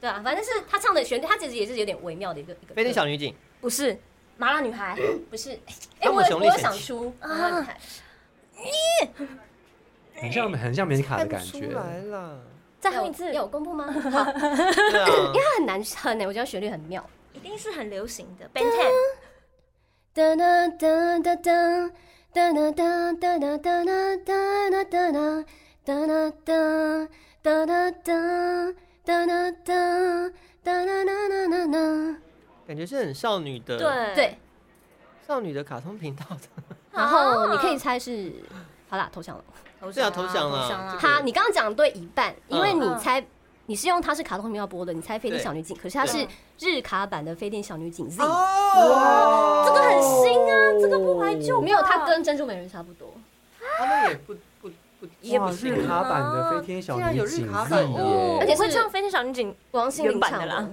Speaker 3: 对啊，反正是他唱的旋律，他其实也是有点微妙的一个一个。
Speaker 1: 飞天小女警，
Speaker 4: 不是
Speaker 3: 麻辣女孩不是？哎，
Speaker 1: 汤姆
Speaker 3: 我有
Speaker 1: 熊
Speaker 3: 我
Speaker 1: 历
Speaker 3: 有
Speaker 1: 险
Speaker 3: 想
Speaker 1: 记
Speaker 3: 出麻辣女孩，
Speaker 2: 很像很像美卡的感
Speaker 1: 看
Speaker 2: 觉
Speaker 1: 不出。来啦。
Speaker 4: 再
Speaker 3: 要
Speaker 4: 哼一次，
Speaker 3: 要我公布吗？ 好，
Speaker 1: 对啊，
Speaker 3: 它很难哼呢，我觉得旋律很妙。
Speaker 4: 一定是很流行的。Ben Ten，
Speaker 3: 哒哒哒哒哒哒哒哒哒哒哒哒哒哒哒哒哒哒哒哒哒哒哒哒哒哒哒哒哒哒。
Speaker 1: 感觉是很少女的，，
Speaker 4: 对
Speaker 3: 对，，
Speaker 1: 少女的卡通频道的。
Speaker 3: 然后你可以猜是，好啦，投降了。
Speaker 4: 投
Speaker 1: 对啊，
Speaker 4: 降
Speaker 1: 投降
Speaker 4: 了，
Speaker 1: 了。
Speaker 3: 他，你刚刚讲对一半，因为
Speaker 1: 嗯
Speaker 3: 你猜。你是用它是卡通频道播的，你猜《飞天小女警》，可是它是日卡版的《飞天小女警 Z》，
Speaker 1: 哦，
Speaker 3: 这个很新
Speaker 2: 啊，这个
Speaker 3: 不怀旧，没
Speaker 4: 啊
Speaker 3: 有它跟珍珠美人鱼差不多。
Speaker 1: 他们也不不不，也
Speaker 2: 哇，
Speaker 1: 不行
Speaker 2: 日卡版的飞天小
Speaker 1: 竟然有
Speaker 2: 女
Speaker 1: 日
Speaker 2: 警
Speaker 1: 卡版
Speaker 2: 耶
Speaker 3: 而
Speaker 4: 而
Speaker 3: 且
Speaker 4: 且
Speaker 3: 是
Speaker 4: 会唱《飞天小女警
Speaker 3: 王心凌
Speaker 4: 原版
Speaker 3: 唱
Speaker 4: 的啦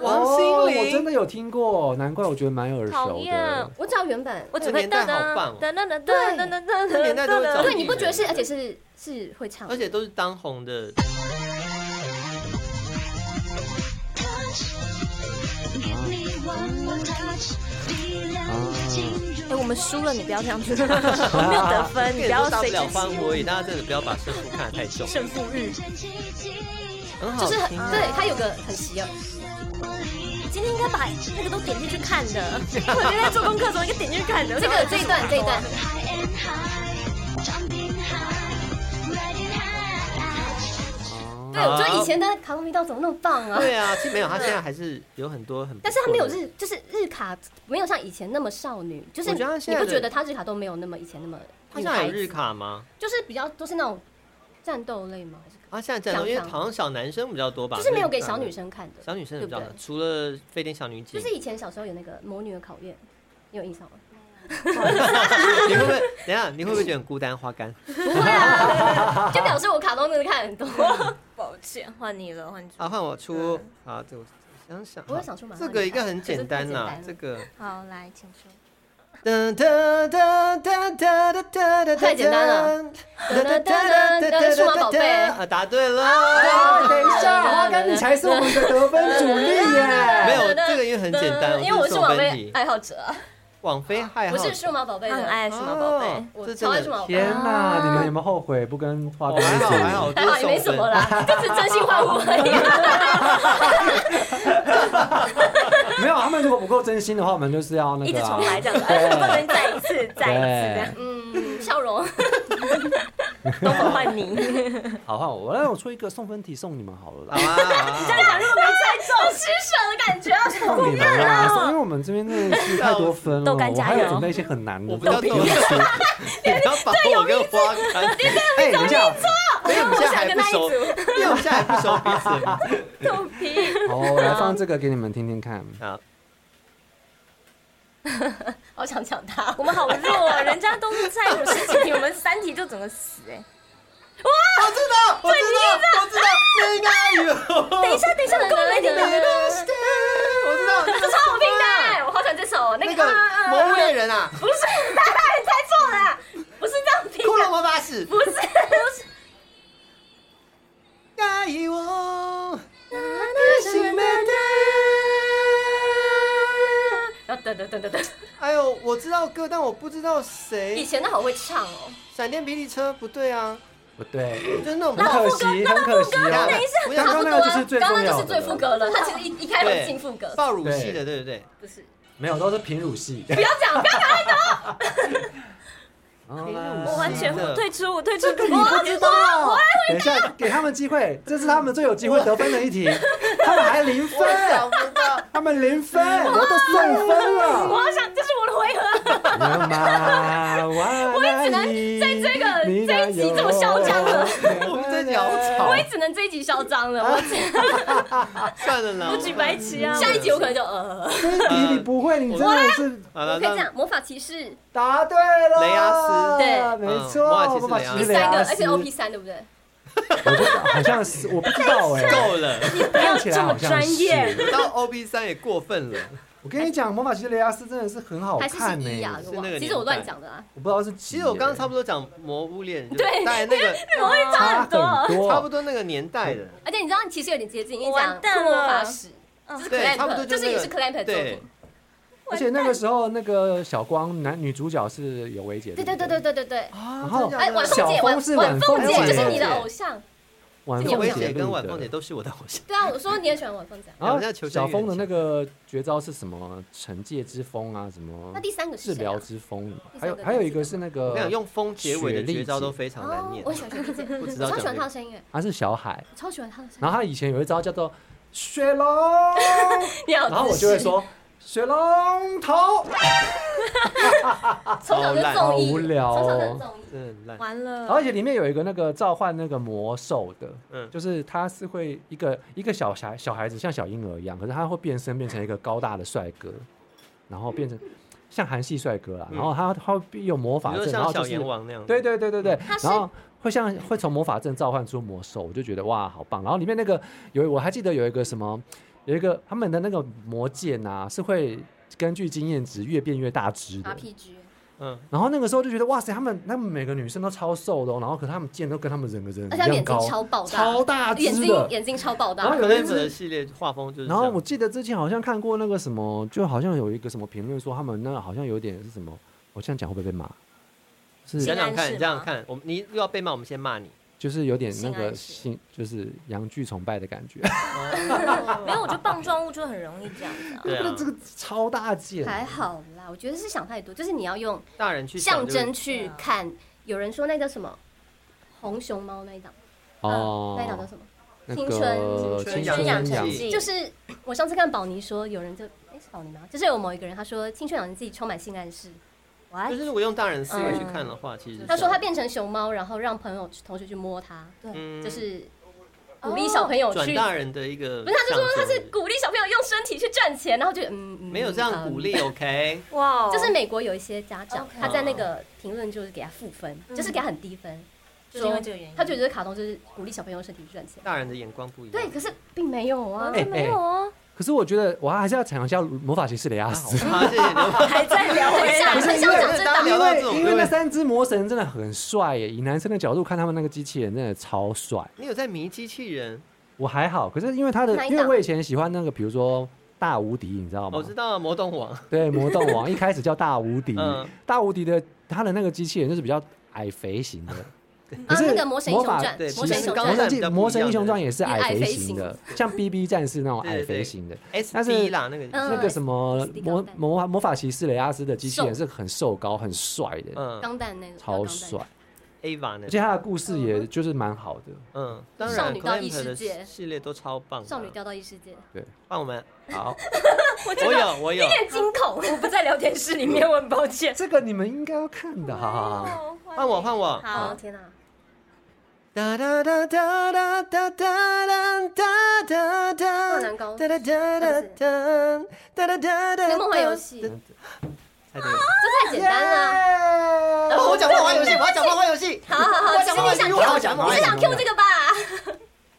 Speaker 1: 王心
Speaker 2: 哦我真
Speaker 1: 凌，
Speaker 2: 的有听过，难怪我觉得蛮耳》，
Speaker 4: 讨
Speaker 2: 熟
Speaker 4: 厌
Speaker 2: 的。。
Speaker 3: 我只要原版》，
Speaker 4: 我只
Speaker 1: 那个
Speaker 4: 会
Speaker 1: 年代好棒哦
Speaker 4: 噔噔噔噔噔噔噔
Speaker 1: 那年代都会找
Speaker 3: 对，你不觉得是，而且是是会唱，
Speaker 1: 而且都是当红的。
Speaker 4: 哎，我们输了，你不要这 样子，我没有得分，你不要
Speaker 1: 大不
Speaker 4: 随
Speaker 1: 了
Speaker 4: 之
Speaker 1: 翻我也，大家真的不要把胜负看得太重，
Speaker 4: 胜负欲。
Speaker 1: 很好
Speaker 3: 就是很
Speaker 1: 听啊。
Speaker 3: 对，它有个很奇耳。
Speaker 4: 今天应该把那个都点进去看 的，我今天在做功课的时候应该点进去看的。
Speaker 3: 这个这一段这一段，对，我觉得以前的卡通频道怎么那么棒啊？
Speaker 1: 对啊，其实没有，他现在还是有很多很，
Speaker 3: 但是它没有，日，就是日卡没有像以前那么少女，就是
Speaker 1: 我
Speaker 3: 你
Speaker 1: 觉得它现在
Speaker 3: 不
Speaker 1: 的
Speaker 3: 觉得它日卡都没有那么以前那么
Speaker 1: 他
Speaker 3: 女
Speaker 1: 现在
Speaker 3: 孩
Speaker 1: 有日
Speaker 3: 子，
Speaker 1: 卡吗？
Speaker 3: 就是比较都是那种战斗类吗？还是
Speaker 1: 他现在战斗，因为
Speaker 3: 两场
Speaker 1: 好像小男生比较多吧，
Speaker 3: 就是没有给
Speaker 1: 日卡
Speaker 3: 小
Speaker 1: 的
Speaker 3: 女生看的，
Speaker 1: 小女生的比较
Speaker 3: 对
Speaker 1: 少
Speaker 3: 不，对
Speaker 1: 除了飞天小女警，
Speaker 3: 就是以前小时候有那个《魔女的考验》，你有印象吗？
Speaker 1: 你会不会？等一下，你会不会觉得很孤单？花干，
Speaker 3: 不会啊，就表示我卡通真的看很多。
Speaker 4: 抱歉，换你了，换你。
Speaker 1: 啊，换我出啊，这我想想，
Speaker 3: 我会想出麻辣
Speaker 1: 这个应该很
Speaker 3: 女孩
Speaker 1: 简单啦，
Speaker 3: 可
Speaker 1: 这
Speaker 3: 是
Speaker 1: 个
Speaker 4: 好，来，请说。
Speaker 1: 噔噔噔噔噔噔噔
Speaker 3: 太简单了，
Speaker 1: 噔
Speaker 3: 噔噔噔噔数码宝贝
Speaker 1: 啊，答对了，
Speaker 2: 等一下，花干，你才是我们的得分主力耶！
Speaker 1: 啊没有这个因为很简单，
Speaker 3: 因为我
Speaker 1: 是
Speaker 3: 是
Speaker 1: 送
Speaker 3: 网
Speaker 1: 分
Speaker 3: 贝
Speaker 1: 题，
Speaker 3: 爱好者啊，
Speaker 1: 网飞害
Speaker 3: 不
Speaker 1: 好
Speaker 3: 是数码宝贝
Speaker 4: 他很
Speaker 3: 的，
Speaker 4: 爱数码宝贝，
Speaker 1: 哦
Speaker 3: 我
Speaker 1: 这
Speaker 3: 超爱
Speaker 1: 真
Speaker 3: 数码
Speaker 1: 的
Speaker 3: 宝贝
Speaker 2: 天哪，你们有没有后悔不跟花
Speaker 1: 哦
Speaker 2: 边
Speaker 1: 还
Speaker 2: 一
Speaker 1: 好
Speaker 2: 起？
Speaker 1: 还好，
Speaker 3: 还好也没什么
Speaker 1: 啦。
Speaker 3: 啦，就只是真心换我而已。
Speaker 2: 没有，啊他们如果不够真心的话，我们就是要那个、啊、
Speaker 4: 一直重来这样子，
Speaker 2: 对
Speaker 4: 不能再一次，再一次这样，
Speaker 3: 嗯，笑容。
Speaker 4: 都不换你。
Speaker 2: 好，换我，那我出一个送分题送你们好了
Speaker 1: 好
Speaker 2: 啦，
Speaker 1: 啊，好啊
Speaker 4: 假如我没猜中，
Speaker 3: 失手的感觉啊，
Speaker 2: 送你们 啦， 送因为我们这边真的是太多分了，
Speaker 4: 豆干
Speaker 2: 我
Speaker 4: 加
Speaker 2: 还
Speaker 4: 油
Speaker 2: 有准备一些很难的，
Speaker 1: 我不叫
Speaker 2: 比
Speaker 1: 豆
Speaker 2: 如
Speaker 1: 干
Speaker 2: 说
Speaker 1: 你不要把我跟花看，
Speaker 2: 哎，等一下，
Speaker 1: 没有，我们现在还不熟，
Speaker 3: 我想
Speaker 1: 因为我们现在还不熟彼此的名字。
Speaker 3: 肚皮。
Speaker 2: 好，我来放这个给你们听听看。
Speaker 1: 好，
Speaker 3: 好想抢他，
Speaker 4: 我们好弱哦，人家都是猜五十几题，我们三题就整个死哎。
Speaker 1: 我知道，我知道，我知道，那个有，
Speaker 4: 等一下，等一下，我根本没听懂。
Speaker 1: 我知道，这
Speaker 3: 超好听的哎，我好喜欢这首那
Speaker 1: 那个
Speaker 3: 个啊啊啊
Speaker 1: 魔物猎人 啊，
Speaker 3: 不是，你猜错了啦，不是这样拼
Speaker 1: 骷髅
Speaker 3: 的，
Speaker 1: 魔法使，
Speaker 3: 不是，不是。
Speaker 1: 爱我。
Speaker 3: 然啊后等等等等等，
Speaker 1: 哎呦，我知道歌，但我不知道
Speaker 3: 以
Speaker 1: 谁。
Speaker 3: 前的好会唱哦，
Speaker 1: 闪电霹雳车不对啊，
Speaker 2: 不对，
Speaker 1: 就是那种
Speaker 2: 很可惜，很可惜啊！
Speaker 1: 不
Speaker 2: 刚
Speaker 1: 要
Speaker 2: 刚那个就是最重
Speaker 3: 啊刚
Speaker 2: 要的，
Speaker 3: 刚就是最副歌了，他其实一一开始
Speaker 1: 对
Speaker 3: 进副歌，
Speaker 1: 爆乳系的，对不对？
Speaker 3: 不是，
Speaker 2: 没有，都是平乳系。
Speaker 3: 不要讲，不要讲，
Speaker 2: 好啦
Speaker 1: 平乳系
Speaker 4: 我完全
Speaker 1: 不
Speaker 4: 我退出，我退出，
Speaker 2: 你不知道，等一下给他们机会，这是他们最有机会得分的一题， 他们还零分，
Speaker 1: 想不到，
Speaker 2: 他们零分，我都送分
Speaker 4: 我
Speaker 2: 了。
Speaker 4: 好想，这是我的回 合，
Speaker 2: 我也只能在
Speaker 3: 这个这一集这么嚣张了，
Speaker 1: 我们这集好吵
Speaker 3: 我也只能这一集嚣
Speaker 4: 啊
Speaker 3: 张了，我
Speaker 1: 算了啦，
Speaker 4: 不举白旗啊！
Speaker 3: 下一集我可能就呃，
Speaker 2: 这一题你不会，你真的是
Speaker 1: 好
Speaker 3: 我
Speaker 1: 了，
Speaker 3: 可以
Speaker 1: 那
Speaker 3: 讲魔法骑士
Speaker 2: 答对了。
Speaker 1: 雷阿斯
Speaker 2: 对，
Speaker 3: 对
Speaker 2: 没错，我们把
Speaker 1: 嗯
Speaker 2: 其
Speaker 3: 第
Speaker 2: 实雷
Speaker 3: 三个
Speaker 2: 阿，斯
Speaker 3: 而且 OP 三对不对？
Speaker 2: 我不知道，好像是，我不知道哎、
Speaker 1: 够了，
Speaker 4: 不要
Speaker 2: 看起来
Speaker 4: 这么
Speaker 2: 好像
Speaker 4: 专
Speaker 2: 是
Speaker 4: 业，
Speaker 1: 到 OB 三也过分了。
Speaker 2: 我跟你讲，魔法骑士雷阿斯真的是很好
Speaker 3: 还是
Speaker 2: 看
Speaker 3: 是
Speaker 2: 呢、
Speaker 3: 一啊？
Speaker 1: 是
Speaker 3: 我忘
Speaker 1: 那个
Speaker 3: 其实我
Speaker 1: 年代
Speaker 3: 乱讲的啊，
Speaker 2: 我不知道是
Speaker 1: 其
Speaker 2: 几耶、
Speaker 1: 实我刚刚差不多讲魔物猎人，
Speaker 3: 对
Speaker 1: 但那 个
Speaker 3: 我会讲，
Speaker 2: 差很
Speaker 4: 啊
Speaker 2: 多，
Speaker 1: 差不多那个年代的，
Speaker 3: 而且你知道其实有点接近，因为
Speaker 4: 完
Speaker 3: 讲
Speaker 4: 蛋
Speaker 3: 库洛
Speaker 4: 了
Speaker 3: 法使， 就是
Speaker 1: 对，差不
Speaker 3: clamp，
Speaker 1: 多
Speaker 3: 就是
Speaker 1: 那
Speaker 3: 也
Speaker 1: 个
Speaker 3: 是 clamp 的作
Speaker 1: 对
Speaker 3: 品。，
Speaker 2: 而且那个时候那个小光男女主角是有薇姐，
Speaker 3: 对
Speaker 2: 对
Speaker 3: 对对对
Speaker 2: 不
Speaker 3: 对对对。
Speaker 1: 然
Speaker 2: 后
Speaker 3: 哎，晚
Speaker 2: 小
Speaker 3: 凤姐，
Speaker 2: 峰
Speaker 3: 晚
Speaker 2: 是
Speaker 3: 晚
Speaker 2: 晚
Speaker 3: 凤
Speaker 2: 凤
Speaker 3: 姐
Speaker 1: 姐
Speaker 3: 就是你的偶像。
Speaker 2: 晚
Speaker 1: 有
Speaker 2: 凤
Speaker 1: 薇
Speaker 2: 姐
Speaker 1: 姐
Speaker 2: 录
Speaker 1: 跟
Speaker 2: 的
Speaker 1: 晚凤姐都是我的偶 像。
Speaker 3: 对啊，我说你也喜欢晚凤姐啊。
Speaker 1: 我
Speaker 2: 然
Speaker 1: 们在
Speaker 2: 后
Speaker 1: 求生
Speaker 2: 小
Speaker 1: 欲
Speaker 2: 峰
Speaker 1: 很
Speaker 2: 的那
Speaker 1: 强
Speaker 2: 个绝招是什么？惩戒之风啊，什么
Speaker 3: 那第三个是
Speaker 2: 治
Speaker 3: 谁啊
Speaker 2: 疗？之风，
Speaker 3: 第
Speaker 2: 还
Speaker 3: 三个
Speaker 2: 有
Speaker 3: 你
Speaker 2: 还有一
Speaker 3: 知道
Speaker 2: 个是
Speaker 1: 我
Speaker 2: 那
Speaker 1: 跟你
Speaker 2: 个
Speaker 1: 讲，，用风结尾的绝招都非常难
Speaker 3: 哦
Speaker 1: 念，
Speaker 3: 我，喜欢雪莉姐，
Speaker 1: 不知道
Speaker 3: 我超喜
Speaker 1: 讲
Speaker 3: 欢
Speaker 1: 这
Speaker 3: 她的
Speaker 1: 个。
Speaker 3: 声音哎，
Speaker 2: 啊他是小海，
Speaker 3: 我超喜欢她的声
Speaker 2: 然
Speaker 3: 音。
Speaker 2: 后他以前有一招叫做雪龙，
Speaker 4: 你好，
Speaker 2: 然后我就会，说雪龙头，
Speaker 3: 从小就
Speaker 2: 好
Speaker 3: 综艺，
Speaker 2: 无聊
Speaker 3: 从小就
Speaker 2: 哦。
Speaker 3: 综艺。
Speaker 1: 真的很烂。
Speaker 4: 完
Speaker 3: 嗯
Speaker 2: 然后而
Speaker 4: 了，
Speaker 2: 且里面有一个那个召唤那个魔兽的，
Speaker 1: 嗯
Speaker 2: 就是他是会一个一个小孩小孩子像小婴儿一样，可是他会变身变成一个高大的帅哥，然后变成像韩系帅哥啦，
Speaker 1: 嗯
Speaker 2: 然后他他会有魔法
Speaker 1: 你说
Speaker 2: 阵，然后
Speaker 1: 像
Speaker 2: 就
Speaker 1: 小
Speaker 2: 是
Speaker 1: 阎王那样，
Speaker 2: 对，对对对对，
Speaker 3: 嗯他是
Speaker 2: 然后会像会从魔法阵召唤出魔兽，我就觉得哇，好棒！然后里面那个有我还记得有一个什么，有一个他们的那个魔剑啊，是会根据经验值越变越大只的。
Speaker 3: RPG，
Speaker 1: 嗯，
Speaker 2: 然后那个时候就觉得哇塞，他们他们每个女生都超瘦的、哦，然后可他们剑都跟他们整个人
Speaker 3: 而且
Speaker 2: 一
Speaker 3: 她
Speaker 2: 样
Speaker 3: 眼睛
Speaker 2: 高，
Speaker 3: 超爆大，
Speaker 2: 超大
Speaker 3: 眼
Speaker 2: 只
Speaker 3: 睛
Speaker 2: 的。
Speaker 3: 眼睛超爆
Speaker 2: 然
Speaker 3: 大
Speaker 2: 后。
Speaker 1: 可能的系列画风就是这
Speaker 2: 然
Speaker 1: 样。
Speaker 2: 后我记得之前好像看过那个什么，就好像有一个什么评论说他们那好像有点是什么，我这样讲会不会被骂？是
Speaker 1: 想想看，
Speaker 4: 性暗示吗
Speaker 1: 你想想看，我们你又要被骂，我们先骂你。
Speaker 2: 就是有点那
Speaker 4: 性
Speaker 2: 个
Speaker 4: 暗示
Speaker 2: 性，就是阳具崇拜的感觉。
Speaker 4: 没有，我觉得棒状物就很容易这样子啊。
Speaker 1: 对啊
Speaker 2: 那，这个超大件，
Speaker 3: 还好啦，我觉得是想太多，就是你要用
Speaker 1: 大人去想
Speaker 3: 象
Speaker 1: 就
Speaker 3: 征
Speaker 2: 啊
Speaker 3: 去看。有人说那叫什么红熊猫那一档，
Speaker 2: 哦，
Speaker 3: 嗯那一档叫什么？
Speaker 2: 那
Speaker 3: 青
Speaker 2: 个
Speaker 3: 春
Speaker 1: 青春
Speaker 2: 青
Speaker 1: 养成
Speaker 2: 养
Speaker 1: 记
Speaker 4: 嗯
Speaker 3: 就是我上次看宝妮说，有人就哎是宝妮吗？就是有某一个人他说青春养成记充满性暗示，
Speaker 1: 就
Speaker 4: 喂，
Speaker 1: 是如果用大人思维去看的话，其实是
Speaker 3: 嗯他说
Speaker 1: 这
Speaker 3: 他
Speaker 1: 样
Speaker 3: 变成熊猫，然后让朋友同学去摸他，
Speaker 1: 嗯
Speaker 3: 就是鼓励小朋友
Speaker 1: 哦转
Speaker 3: 去，
Speaker 1: 大人的一个，
Speaker 3: 不是他就说他是鼓励小朋友用身体去赚钱，然后就嗯嗯
Speaker 1: 没有这样鼓。
Speaker 3: 嗯
Speaker 1: 励，OK？
Speaker 4: 哇哦，
Speaker 3: 就是美国有一些家长
Speaker 4: OK，
Speaker 3: 他在那个评论就是给他负分，就是给他很低分，
Speaker 4: 就是因为这个原因，
Speaker 3: 他觉得这卡通就是鼓励小朋友用身体去赚钱。
Speaker 1: 大人的眼光不一样。
Speaker 3: 对，可是并没有啊，
Speaker 2: 哎
Speaker 3: 没有啊，
Speaker 2: 可是我觉得我还是要讲一下魔法骑士雷亚
Speaker 1: 啊，
Speaker 2: 斯，
Speaker 1: 好吧，谢谢你 们。
Speaker 4: 还在 聊回
Speaker 3: 很像
Speaker 4: 来，
Speaker 3: 很像讲这
Speaker 1: 大家
Speaker 3: 档
Speaker 1: 聊
Speaker 2: 因
Speaker 1: 到这
Speaker 2: 为
Speaker 1: 种，
Speaker 2: 因为
Speaker 1: 各
Speaker 2: 那
Speaker 1: 位
Speaker 2: 三只魔神真的很帅耶，以男生的角度看他们那个机器人真的超帅。
Speaker 1: 你有在迷机器人？
Speaker 2: 我还好，可是因为他的
Speaker 3: 哪，一
Speaker 2: 因
Speaker 3: 档
Speaker 2: 为我以前喜欢那个，比如说大无敌，你知道吗？
Speaker 1: 我知道魔动王，
Speaker 2: 对，魔动王一开始叫大无敌，
Speaker 1: 嗯
Speaker 2: 大无敌的他的那个机器人就是比较矮肥型的。可
Speaker 3: 啊
Speaker 2: 是
Speaker 3: 那个魔神英雄
Speaker 2: 法
Speaker 3: 传
Speaker 2: 对
Speaker 1: 魔
Speaker 2: 其
Speaker 1: 神
Speaker 2: 实
Speaker 1: 英雄
Speaker 2: 魔
Speaker 1: 传
Speaker 2: 神
Speaker 1: 比较
Speaker 2: 记
Speaker 1: 不
Speaker 2: 魔
Speaker 1: 一
Speaker 2: 神
Speaker 1: 样
Speaker 2: 英雄
Speaker 1: 的
Speaker 2: 传也是
Speaker 3: 也
Speaker 2: 矮
Speaker 3: 矮
Speaker 2: 肥
Speaker 3: 肥
Speaker 2: 型
Speaker 3: 型
Speaker 2: 的，像 BB 战士那种矮
Speaker 1: 对对
Speaker 2: 肥
Speaker 1: 对
Speaker 2: 型的。
Speaker 1: S
Speaker 2: 但是
Speaker 1: D 啦，那个
Speaker 3: 嗯
Speaker 2: 那个什么
Speaker 3: 嗯
Speaker 2: 魔魔魔法骑士雷阿斯的机器人
Speaker 3: 瘦
Speaker 2: 是很瘦高、很帅的，
Speaker 1: 嗯
Speaker 3: 钢弹那个
Speaker 2: 超帅，，
Speaker 1: ，Ava 那
Speaker 2: 而
Speaker 1: 个，
Speaker 2: 且他的故事也就是蛮好的。
Speaker 1: 嗯，当
Speaker 3: 少
Speaker 1: 然
Speaker 3: 女到异
Speaker 1: Clamp
Speaker 3: 世
Speaker 1: 的
Speaker 3: 界
Speaker 1: 系列都超棒的，
Speaker 3: 少女掉到异世界，
Speaker 1: 帮我们好，
Speaker 4: 我真
Speaker 1: 我
Speaker 4: 的
Speaker 1: 有我有，
Speaker 4: 太惊恐，我不在聊天室里面，我很抱歉。
Speaker 2: 这个你们应该要看的，好好好。
Speaker 1: 换我换我，
Speaker 3: 哦
Speaker 4: 好，天哪！
Speaker 1: 哒哒哒哒哒哒哒哒哒哒哒，
Speaker 3: 灌篮高
Speaker 1: 哒
Speaker 3: 手
Speaker 1: 哒哒哒哒哒哒哒哒，
Speaker 3: 那个梦幻游戏
Speaker 1: 哒，猜对了
Speaker 3: 这太简单了。
Speaker 1: 耶哦我讲梦幻游戏，我要讲梦幻游戏，
Speaker 3: 好好好，
Speaker 1: 我
Speaker 3: 你
Speaker 1: 讲
Speaker 3: 是
Speaker 1: 梦幻游戏，我要讲
Speaker 3: 你想
Speaker 1: 梦幻
Speaker 3: Q，你是
Speaker 1: 游戏，
Speaker 3: 想 Q 这个吧？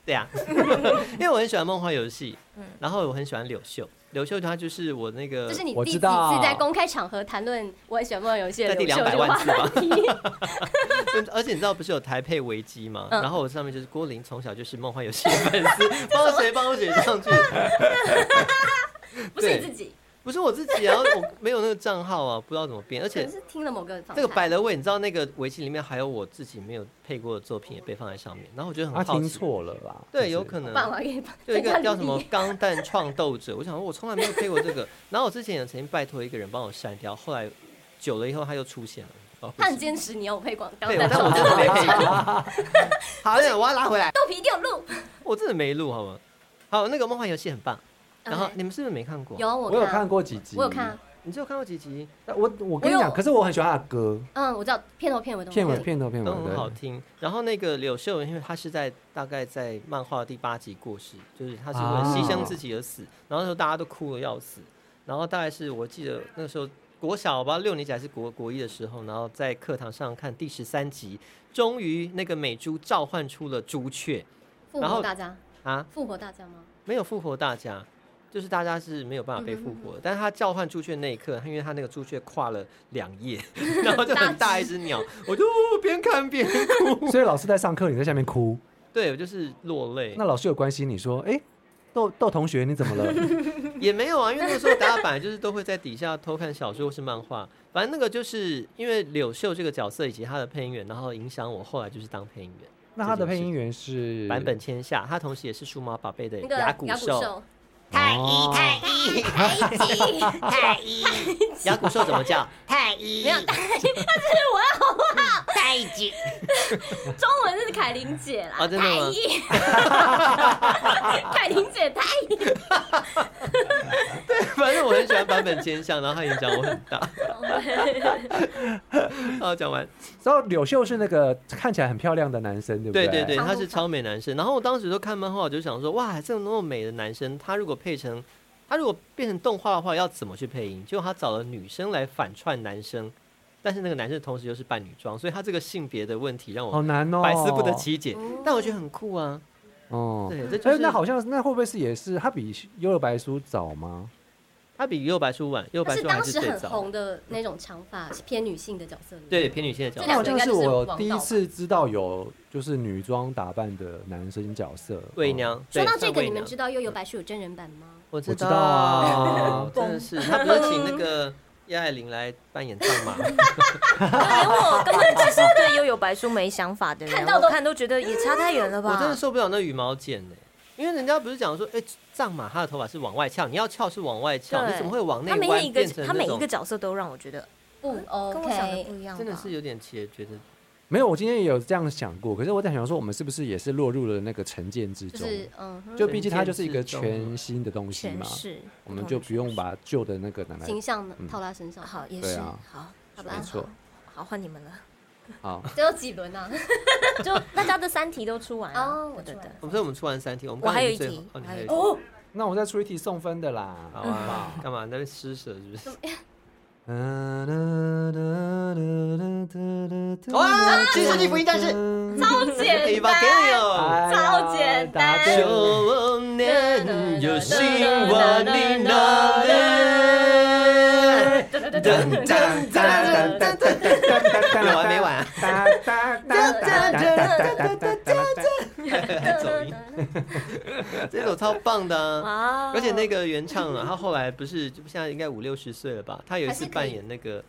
Speaker 1: 对啊， 因为我很喜欢梦幻游戏，然后我很喜欢柳秀，柳秀她嗯就是呃我那个
Speaker 3: 这是你
Speaker 2: 我
Speaker 3: 第
Speaker 2: 知
Speaker 3: 几次
Speaker 2: 道
Speaker 3: 在公开场合谈论我很喜欢梦游戏
Speaker 1: 在
Speaker 3: 的
Speaker 1: 第
Speaker 3: 流
Speaker 1: 两
Speaker 3: 秀
Speaker 1: 百
Speaker 3: 这个
Speaker 1: 万
Speaker 3: 话
Speaker 1: 次吧。
Speaker 3: 题？
Speaker 1: 而且你知道不是有台配危机吗？
Speaker 4: 嗯
Speaker 1: 然后我上面就是郭林从小就是梦幻游戏的粉 丝，帮谁帮谁上去，
Speaker 3: 不是你
Speaker 1: 对
Speaker 3: 自己，
Speaker 1: 不是我自己啊，我没有那个账号啊，不知道怎么编，而
Speaker 3: 可
Speaker 1: 且
Speaker 3: 能。是听了某个访
Speaker 1: 那个
Speaker 3: 谈
Speaker 1: 百乐味，你知道那个围棋里面还有我自己没有配过的作品也被放在上面，然后我觉得
Speaker 2: 他
Speaker 1: 很好
Speaker 2: 啊听
Speaker 1: 奇，
Speaker 2: 错了吧？
Speaker 1: 对，有可能
Speaker 3: 爸爸给 你
Speaker 1: 就一
Speaker 3: 增加
Speaker 1: 个叫
Speaker 3: 履
Speaker 1: 什么
Speaker 3: 历
Speaker 1: “钢弹创斗者”， 我想说我从来没有配过这个。然后我之前也曾经拜托一个人帮我删掉，后来久了以后他又出现了。哦
Speaker 3: 他很坚持你要我配广告，
Speaker 1: 对，
Speaker 3: 但
Speaker 1: 但我真的没配 过。好，那我要拉回来，
Speaker 3: 豆皮掉路。
Speaker 1: 我真的没录好吗？好，那个梦幻游戏很棒。然后
Speaker 3: OK
Speaker 1: 你们是不是没看过？，
Speaker 3: 有啊我
Speaker 2: 我有看，过几集，
Speaker 3: 我有看啊，
Speaker 1: 你只有看过几集，
Speaker 2: 但我我跟你
Speaker 3: 我有
Speaker 2: 讲，可是我很喜欢他的歌，
Speaker 3: 嗯，我知道片头片尾都
Speaker 2: 片尾
Speaker 3: 有
Speaker 2: 片头片尾
Speaker 1: 都很嗯好
Speaker 2: 对。
Speaker 1: 听。然后那个柳秀，因为她是在大概在漫画第八集过世，就是她是为了牺牲自己而死，然后那时候大家都哭的要死。然后大概是我记得那时候国小吧，六年级还是国国一的时候，然后在课堂上看第十三集，终于那个美珠召唤出了朱雀
Speaker 3: 复
Speaker 1: 然后
Speaker 3: 活大家，
Speaker 1: 啊，
Speaker 3: 复活大家吗？
Speaker 1: 没有复活大家，就是大家是没有办法被复活的。但是他召唤朱雀那一刻，因为他那个朱雀跨了两页， 然后就很大一只鸟，我就哦边看边哭，
Speaker 2: 所以老师在上课，你在下面哭，
Speaker 1: 对我就是落泪。
Speaker 2: 那老师有关心你说，哎，豆豆同学你怎么 了？
Speaker 1: 也没有啊，因为那个时候大家本来就是都会在底下偷看小说或是漫画，反正那个就是因为柳秀这个角色以及他的配音员，然后影响我后来就是当配音员。
Speaker 2: 那他的配音员是
Speaker 1: 版本签下，他同时也是数码宝贝的
Speaker 3: 那个
Speaker 1: 牙骨
Speaker 3: 牙骨
Speaker 1: 兽。
Speaker 3: 兽，
Speaker 2: 太一太
Speaker 1: 牙骨兽怎么叫？
Speaker 3: 没有，但是我要好不好？太一，中文是凯琳姐啦，
Speaker 1: 啊真的吗
Speaker 3: 太 一，凯琳姐太一，
Speaker 1: 反正我很喜欢版本千相，然后他影响我很大。 好，讲完。
Speaker 2: 然后柳秀是那个看起来很漂亮的男生，对不
Speaker 1: 对
Speaker 2: 对
Speaker 1: 对对，
Speaker 3: 长
Speaker 1: 他
Speaker 3: 头
Speaker 1: 是
Speaker 3: 发
Speaker 1: 超美男生。然后我当时就看漫画，我就想说，哇，这么那么美的男生，他如果配成，他如果变成动画的话，要怎么去配音？结果他找了女生来反串男生，但是那个男生同时又是扮女装，所以他这个性别的问题让
Speaker 2: 好
Speaker 1: 我
Speaker 2: 难哦，
Speaker 1: 百思不得其解。
Speaker 3: 哦
Speaker 1: 但我觉得很酷啊，
Speaker 2: 哦。
Speaker 1: 对，这就
Speaker 2: 哎，
Speaker 1: 是
Speaker 2: 那好像那会不会是也是他比优尔白书早吗？
Speaker 1: 他比右白书晚，右
Speaker 3: 她
Speaker 1: 白
Speaker 3: 是
Speaker 1: 书还
Speaker 3: 当
Speaker 1: 是
Speaker 3: 时
Speaker 1: 最
Speaker 3: 很
Speaker 1: 早的。
Speaker 3: 红的那种长发，是偏女性的角色。，
Speaker 1: 对，偏女性的角
Speaker 3: 这
Speaker 2: 那
Speaker 1: 色
Speaker 2: 好
Speaker 3: 两
Speaker 2: 像
Speaker 3: 个，应该
Speaker 2: 是
Speaker 3: 就是
Speaker 2: 我
Speaker 3: 王
Speaker 2: 第
Speaker 3: 道
Speaker 2: 一
Speaker 3: 吧
Speaker 2: 次知道有就是女装打扮的男生角色。
Speaker 1: 伪
Speaker 2: 嗯
Speaker 1: 娘。对
Speaker 3: 说到
Speaker 1: 算
Speaker 3: 这个，
Speaker 1: 伪
Speaker 3: 你们
Speaker 1: 娘
Speaker 3: 知道《悠悠白书》有真人版吗？
Speaker 1: 我
Speaker 2: 我
Speaker 1: 知，
Speaker 2: 知道啊
Speaker 1: 真的是，他不是请那个叶爱玲来扮演藏马吗？
Speaker 4: 连我根本就是对悠悠白书没想法的人，
Speaker 3: 看到都
Speaker 4: 我看都觉得也差太远了吧？
Speaker 1: 我真的受不了那羽毛剪呢、因为人家不是讲说，哎、藏马他的头发是往外翘，你要翘是往外翘，
Speaker 4: 对
Speaker 1: 你怎么会往内
Speaker 4: 他每一
Speaker 1: 弯
Speaker 4: 个
Speaker 1: 变成
Speaker 4: 他每
Speaker 1: 那
Speaker 4: 一
Speaker 1: 种
Speaker 4: 个？角色都让我觉得
Speaker 3: 不哦
Speaker 4: 跟我想的不
Speaker 3: ，OK，
Speaker 4: 一样吧，
Speaker 1: 真的是有点奇，觉得
Speaker 2: 没有，我今天也有这样想过，可是我在想说，我们是不是也是落入了那个成见之
Speaker 3: 就
Speaker 2: 中？
Speaker 3: 是嗯哼，
Speaker 2: 就毕竟它就是一个
Speaker 1: 成见之中
Speaker 2: 全新的东西
Speaker 4: 诠
Speaker 2: 嘛，
Speaker 4: 释，
Speaker 2: 我们就不用把旧的那个拿来。
Speaker 3: 形象
Speaker 2: 嗯
Speaker 3: 套他身上。
Speaker 4: 好，也
Speaker 2: 对
Speaker 4: 是
Speaker 2: 啊
Speaker 4: 好，
Speaker 3: 好吧
Speaker 2: 没错，
Speaker 4: 好换你们了。
Speaker 2: 好，
Speaker 3: 这有几轮 啊？
Speaker 4: 就大家的三题都出完了
Speaker 3: 哦我
Speaker 4: 对
Speaker 3: 出
Speaker 4: 对
Speaker 3: 完
Speaker 1: 我们说我们出完三题，我们
Speaker 4: 我还
Speaker 1: 刚
Speaker 4: 有一
Speaker 1: 刚已经
Speaker 4: 题
Speaker 1: 最后哦，你
Speaker 4: 我还
Speaker 1: 还有一
Speaker 4: 有一
Speaker 1: 题
Speaker 4: 题，
Speaker 2: 那我再出一题送分的啦。
Speaker 1: 好啊，干嘛？你在那边施舍是不是？哇新世纪福音战士
Speaker 3: 超
Speaker 1: 哎
Speaker 3: 简
Speaker 1: 吧，给
Speaker 3: 单。
Speaker 1: 你哦。
Speaker 3: 超简单
Speaker 2: 答对了
Speaker 1: 九年有希望你那里。
Speaker 3: 噔噔
Speaker 1: 噔噔噔噔噔，有完没完啊？
Speaker 2: 哒哒哒哒哒哒哒哒哒
Speaker 1: 还 走 音，这首超棒的啊、
Speaker 4: 哇！哦
Speaker 1: 而且那个原唱啊，他后来不是就现在应该五六十岁了吧？他有一次扮演那个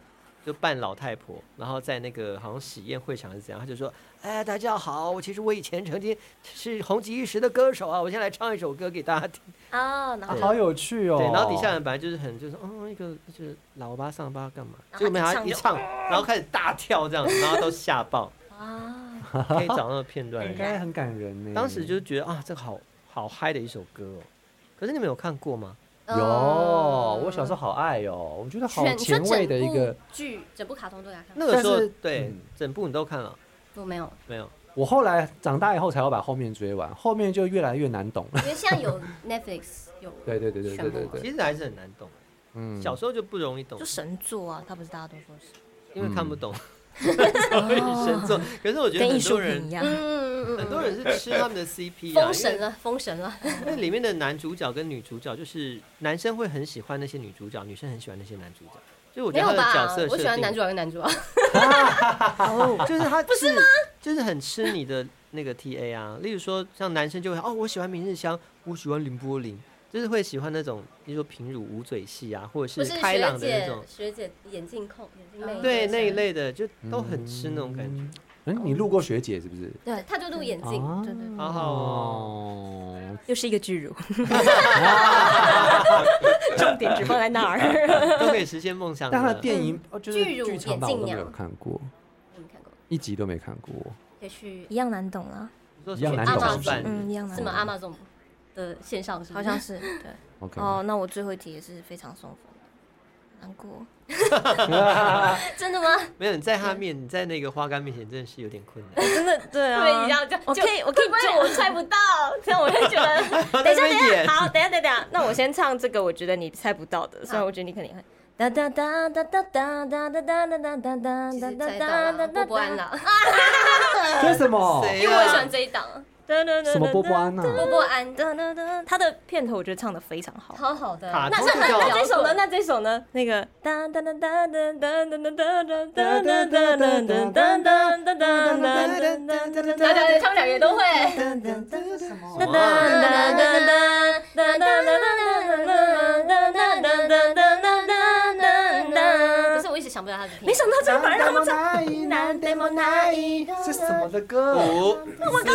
Speaker 1: 就扮老太婆，然后在那个好像喜宴会场还是怎样，他就说：“哎，大家好，我其实我以前曾经是红极一时的歌手啊，我先来唱一首歌给大家听。
Speaker 4: 哦，然
Speaker 2: 啊
Speaker 4: 后
Speaker 2: 好有趣哦。
Speaker 1: 对，然后底下人本来就是很就是嗯一个就是老巴上巴干嘛，
Speaker 4: 然
Speaker 1: 结
Speaker 4: 后
Speaker 1: 果没想
Speaker 4: 他
Speaker 1: 到一
Speaker 4: 一
Speaker 1: 唱，然后开始大跳这样， 然后都吓爆，
Speaker 4: 啊，
Speaker 1: 可以找那个片段来
Speaker 2: 应
Speaker 1: 看。
Speaker 2: 该很感人呢。
Speaker 1: 当时就觉得啊，这个好好嗨的一首歌哦。可是你们有看过吗？
Speaker 2: 有，我小时候好爱哦，我觉得好
Speaker 3: 全
Speaker 2: 前卫的一个。
Speaker 3: 剧，整部卡通都给他看，
Speaker 1: 那个时候
Speaker 2: 但是
Speaker 1: 对、
Speaker 2: 嗯
Speaker 1: 整部你都看了哦
Speaker 3: 我没有，
Speaker 1: 没有？
Speaker 2: 我后来长大以后才要把后面追完，后面就越来越难 懂了。
Speaker 3: 因为现在有 Netflix 有，
Speaker 2: 对对对对对对
Speaker 3: 全部
Speaker 2: 对，
Speaker 1: 其实还是很难懂，啊
Speaker 2: 嗯
Speaker 1: 小时候就不容易懂
Speaker 4: 就，神作啊，他不是大家都说是
Speaker 1: 因为看不懂，
Speaker 2: 嗯
Speaker 1: 所以神作。可是我觉得
Speaker 4: 跟艺
Speaker 1: 很
Speaker 4: 术
Speaker 1: 多
Speaker 4: 品一
Speaker 1: 人。
Speaker 4: 样，
Speaker 3: 嗯嗯
Speaker 1: 很多人是吃他们的 CP 啊，
Speaker 3: 封神了，封神了，
Speaker 1: 因为因为里面的男主角跟女主角，就是男生会很喜欢那些女主角，女生很喜欢那些男主角。就是我
Speaker 3: 没
Speaker 1: 觉
Speaker 3: 有
Speaker 1: 得他的
Speaker 3: 吧
Speaker 1: 角色设？定，哦
Speaker 3: 我喜欢男主角哦跟男主角，
Speaker 1: 就是他不是吗？就是很吃你的那个 TA 啊。例如说，像男生就会哦，我喜欢明日香，我喜欢林波林，就是会喜欢那种，比如说平乳捂嘴戏啊，或者
Speaker 3: 不
Speaker 1: 是
Speaker 3: 是
Speaker 1: 开
Speaker 3: 学
Speaker 1: 朗的那
Speaker 3: 姐
Speaker 1: 种，，
Speaker 3: 学姐眼镜控，眼镜妹，
Speaker 1: 对
Speaker 2: 嗯
Speaker 1: 那一，类的，就都很吃那种感觉。
Speaker 2: 觉。嗯，你路过学姐是不是？
Speaker 3: 对，他就录眼镜，
Speaker 2: 啊
Speaker 4: 对对对
Speaker 1: 好好哦，
Speaker 2: 哦，
Speaker 4: 又是一个巨乳，重点只放在那儿。
Speaker 1: 都可以实现梦想
Speaker 2: 但他的
Speaker 1: 的。
Speaker 2: 电影哦，就是
Speaker 3: 巨乳
Speaker 2: 剧场版
Speaker 3: 眼镜
Speaker 2: 我都没
Speaker 3: 娘
Speaker 2: 有看过，
Speaker 3: 你看过？
Speaker 2: 一集都没看过。
Speaker 3: 可以去
Speaker 4: 一样难懂啊，
Speaker 1: 你说
Speaker 2: 一
Speaker 1: 什
Speaker 2: 样
Speaker 1: 么
Speaker 2: 难
Speaker 1: 剧
Speaker 3: 懂
Speaker 1: 场
Speaker 3: 是不是
Speaker 1: 版？
Speaker 4: 嗯，一样难
Speaker 3: 是
Speaker 4: 懂
Speaker 3: 吗？阿玛总的线上是不
Speaker 4: 好
Speaker 3: 是
Speaker 4: 像是对。
Speaker 2: OK，
Speaker 4: 哦，那我最后一题也是非常送分的，难过。
Speaker 3: 真的吗？
Speaker 1: 没有，你在他面，你在那个花干面前，真的是有点困难。
Speaker 4: 真的对啊，
Speaker 3: 对， 你这样就
Speaker 4: 我可以，我可以
Speaker 3: 就
Speaker 4: 救
Speaker 3: 我猜不到，这样我就觉得
Speaker 4: 等
Speaker 1: 在那
Speaker 4: 一下，等
Speaker 1: 边
Speaker 4: 一
Speaker 1: 演
Speaker 4: 下，好，等一下，等一下，那我先唱这个，我觉得你猜不到的，虽然我觉得你肯定会。哒哒哒哒哒哒哒哒哒哒哒哒哒
Speaker 3: 其
Speaker 4: 哒
Speaker 3: 实猜
Speaker 4: 哒
Speaker 3: 到了
Speaker 4: 哒哒
Speaker 3: 波波安
Speaker 4: 哒
Speaker 3: 啦，
Speaker 2: 这是什么？
Speaker 1: 谁
Speaker 3: 啊因为我喜
Speaker 1: 啊
Speaker 3: 欢？这一档
Speaker 4: 哒哒哒
Speaker 2: 什么波波安？呐？
Speaker 3: 波波安，
Speaker 4: 哒哒哒，他的片头我觉得唱的非常好。
Speaker 3: 超好的，
Speaker 1: 卡
Speaker 3: 那
Speaker 1: 通
Speaker 3: 是
Speaker 1: 比较
Speaker 3: 很
Speaker 1: 好
Speaker 4: 那
Speaker 3: 那
Speaker 4: 这
Speaker 3: 这
Speaker 4: 首呢？那这首
Speaker 3: 首呢？
Speaker 4: 呢？那个哒哒哒哒哒哒哒哒哒哒哒哒哒哒哒哒哒哒哒
Speaker 3: 对对
Speaker 4: 哒
Speaker 3: 对，他们两个都会。
Speaker 1: 什么
Speaker 4: 哒
Speaker 1: 啊
Speaker 4: 哒哒哒。
Speaker 3: 可是我一直想不到他的
Speaker 4: 没
Speaker 3: 名字。
Speaker 4: 想到这个反而让他们唱，
Speaker 2: 是什么的歌？
Speaker 1: 五 四
Speaker 3: 没有了，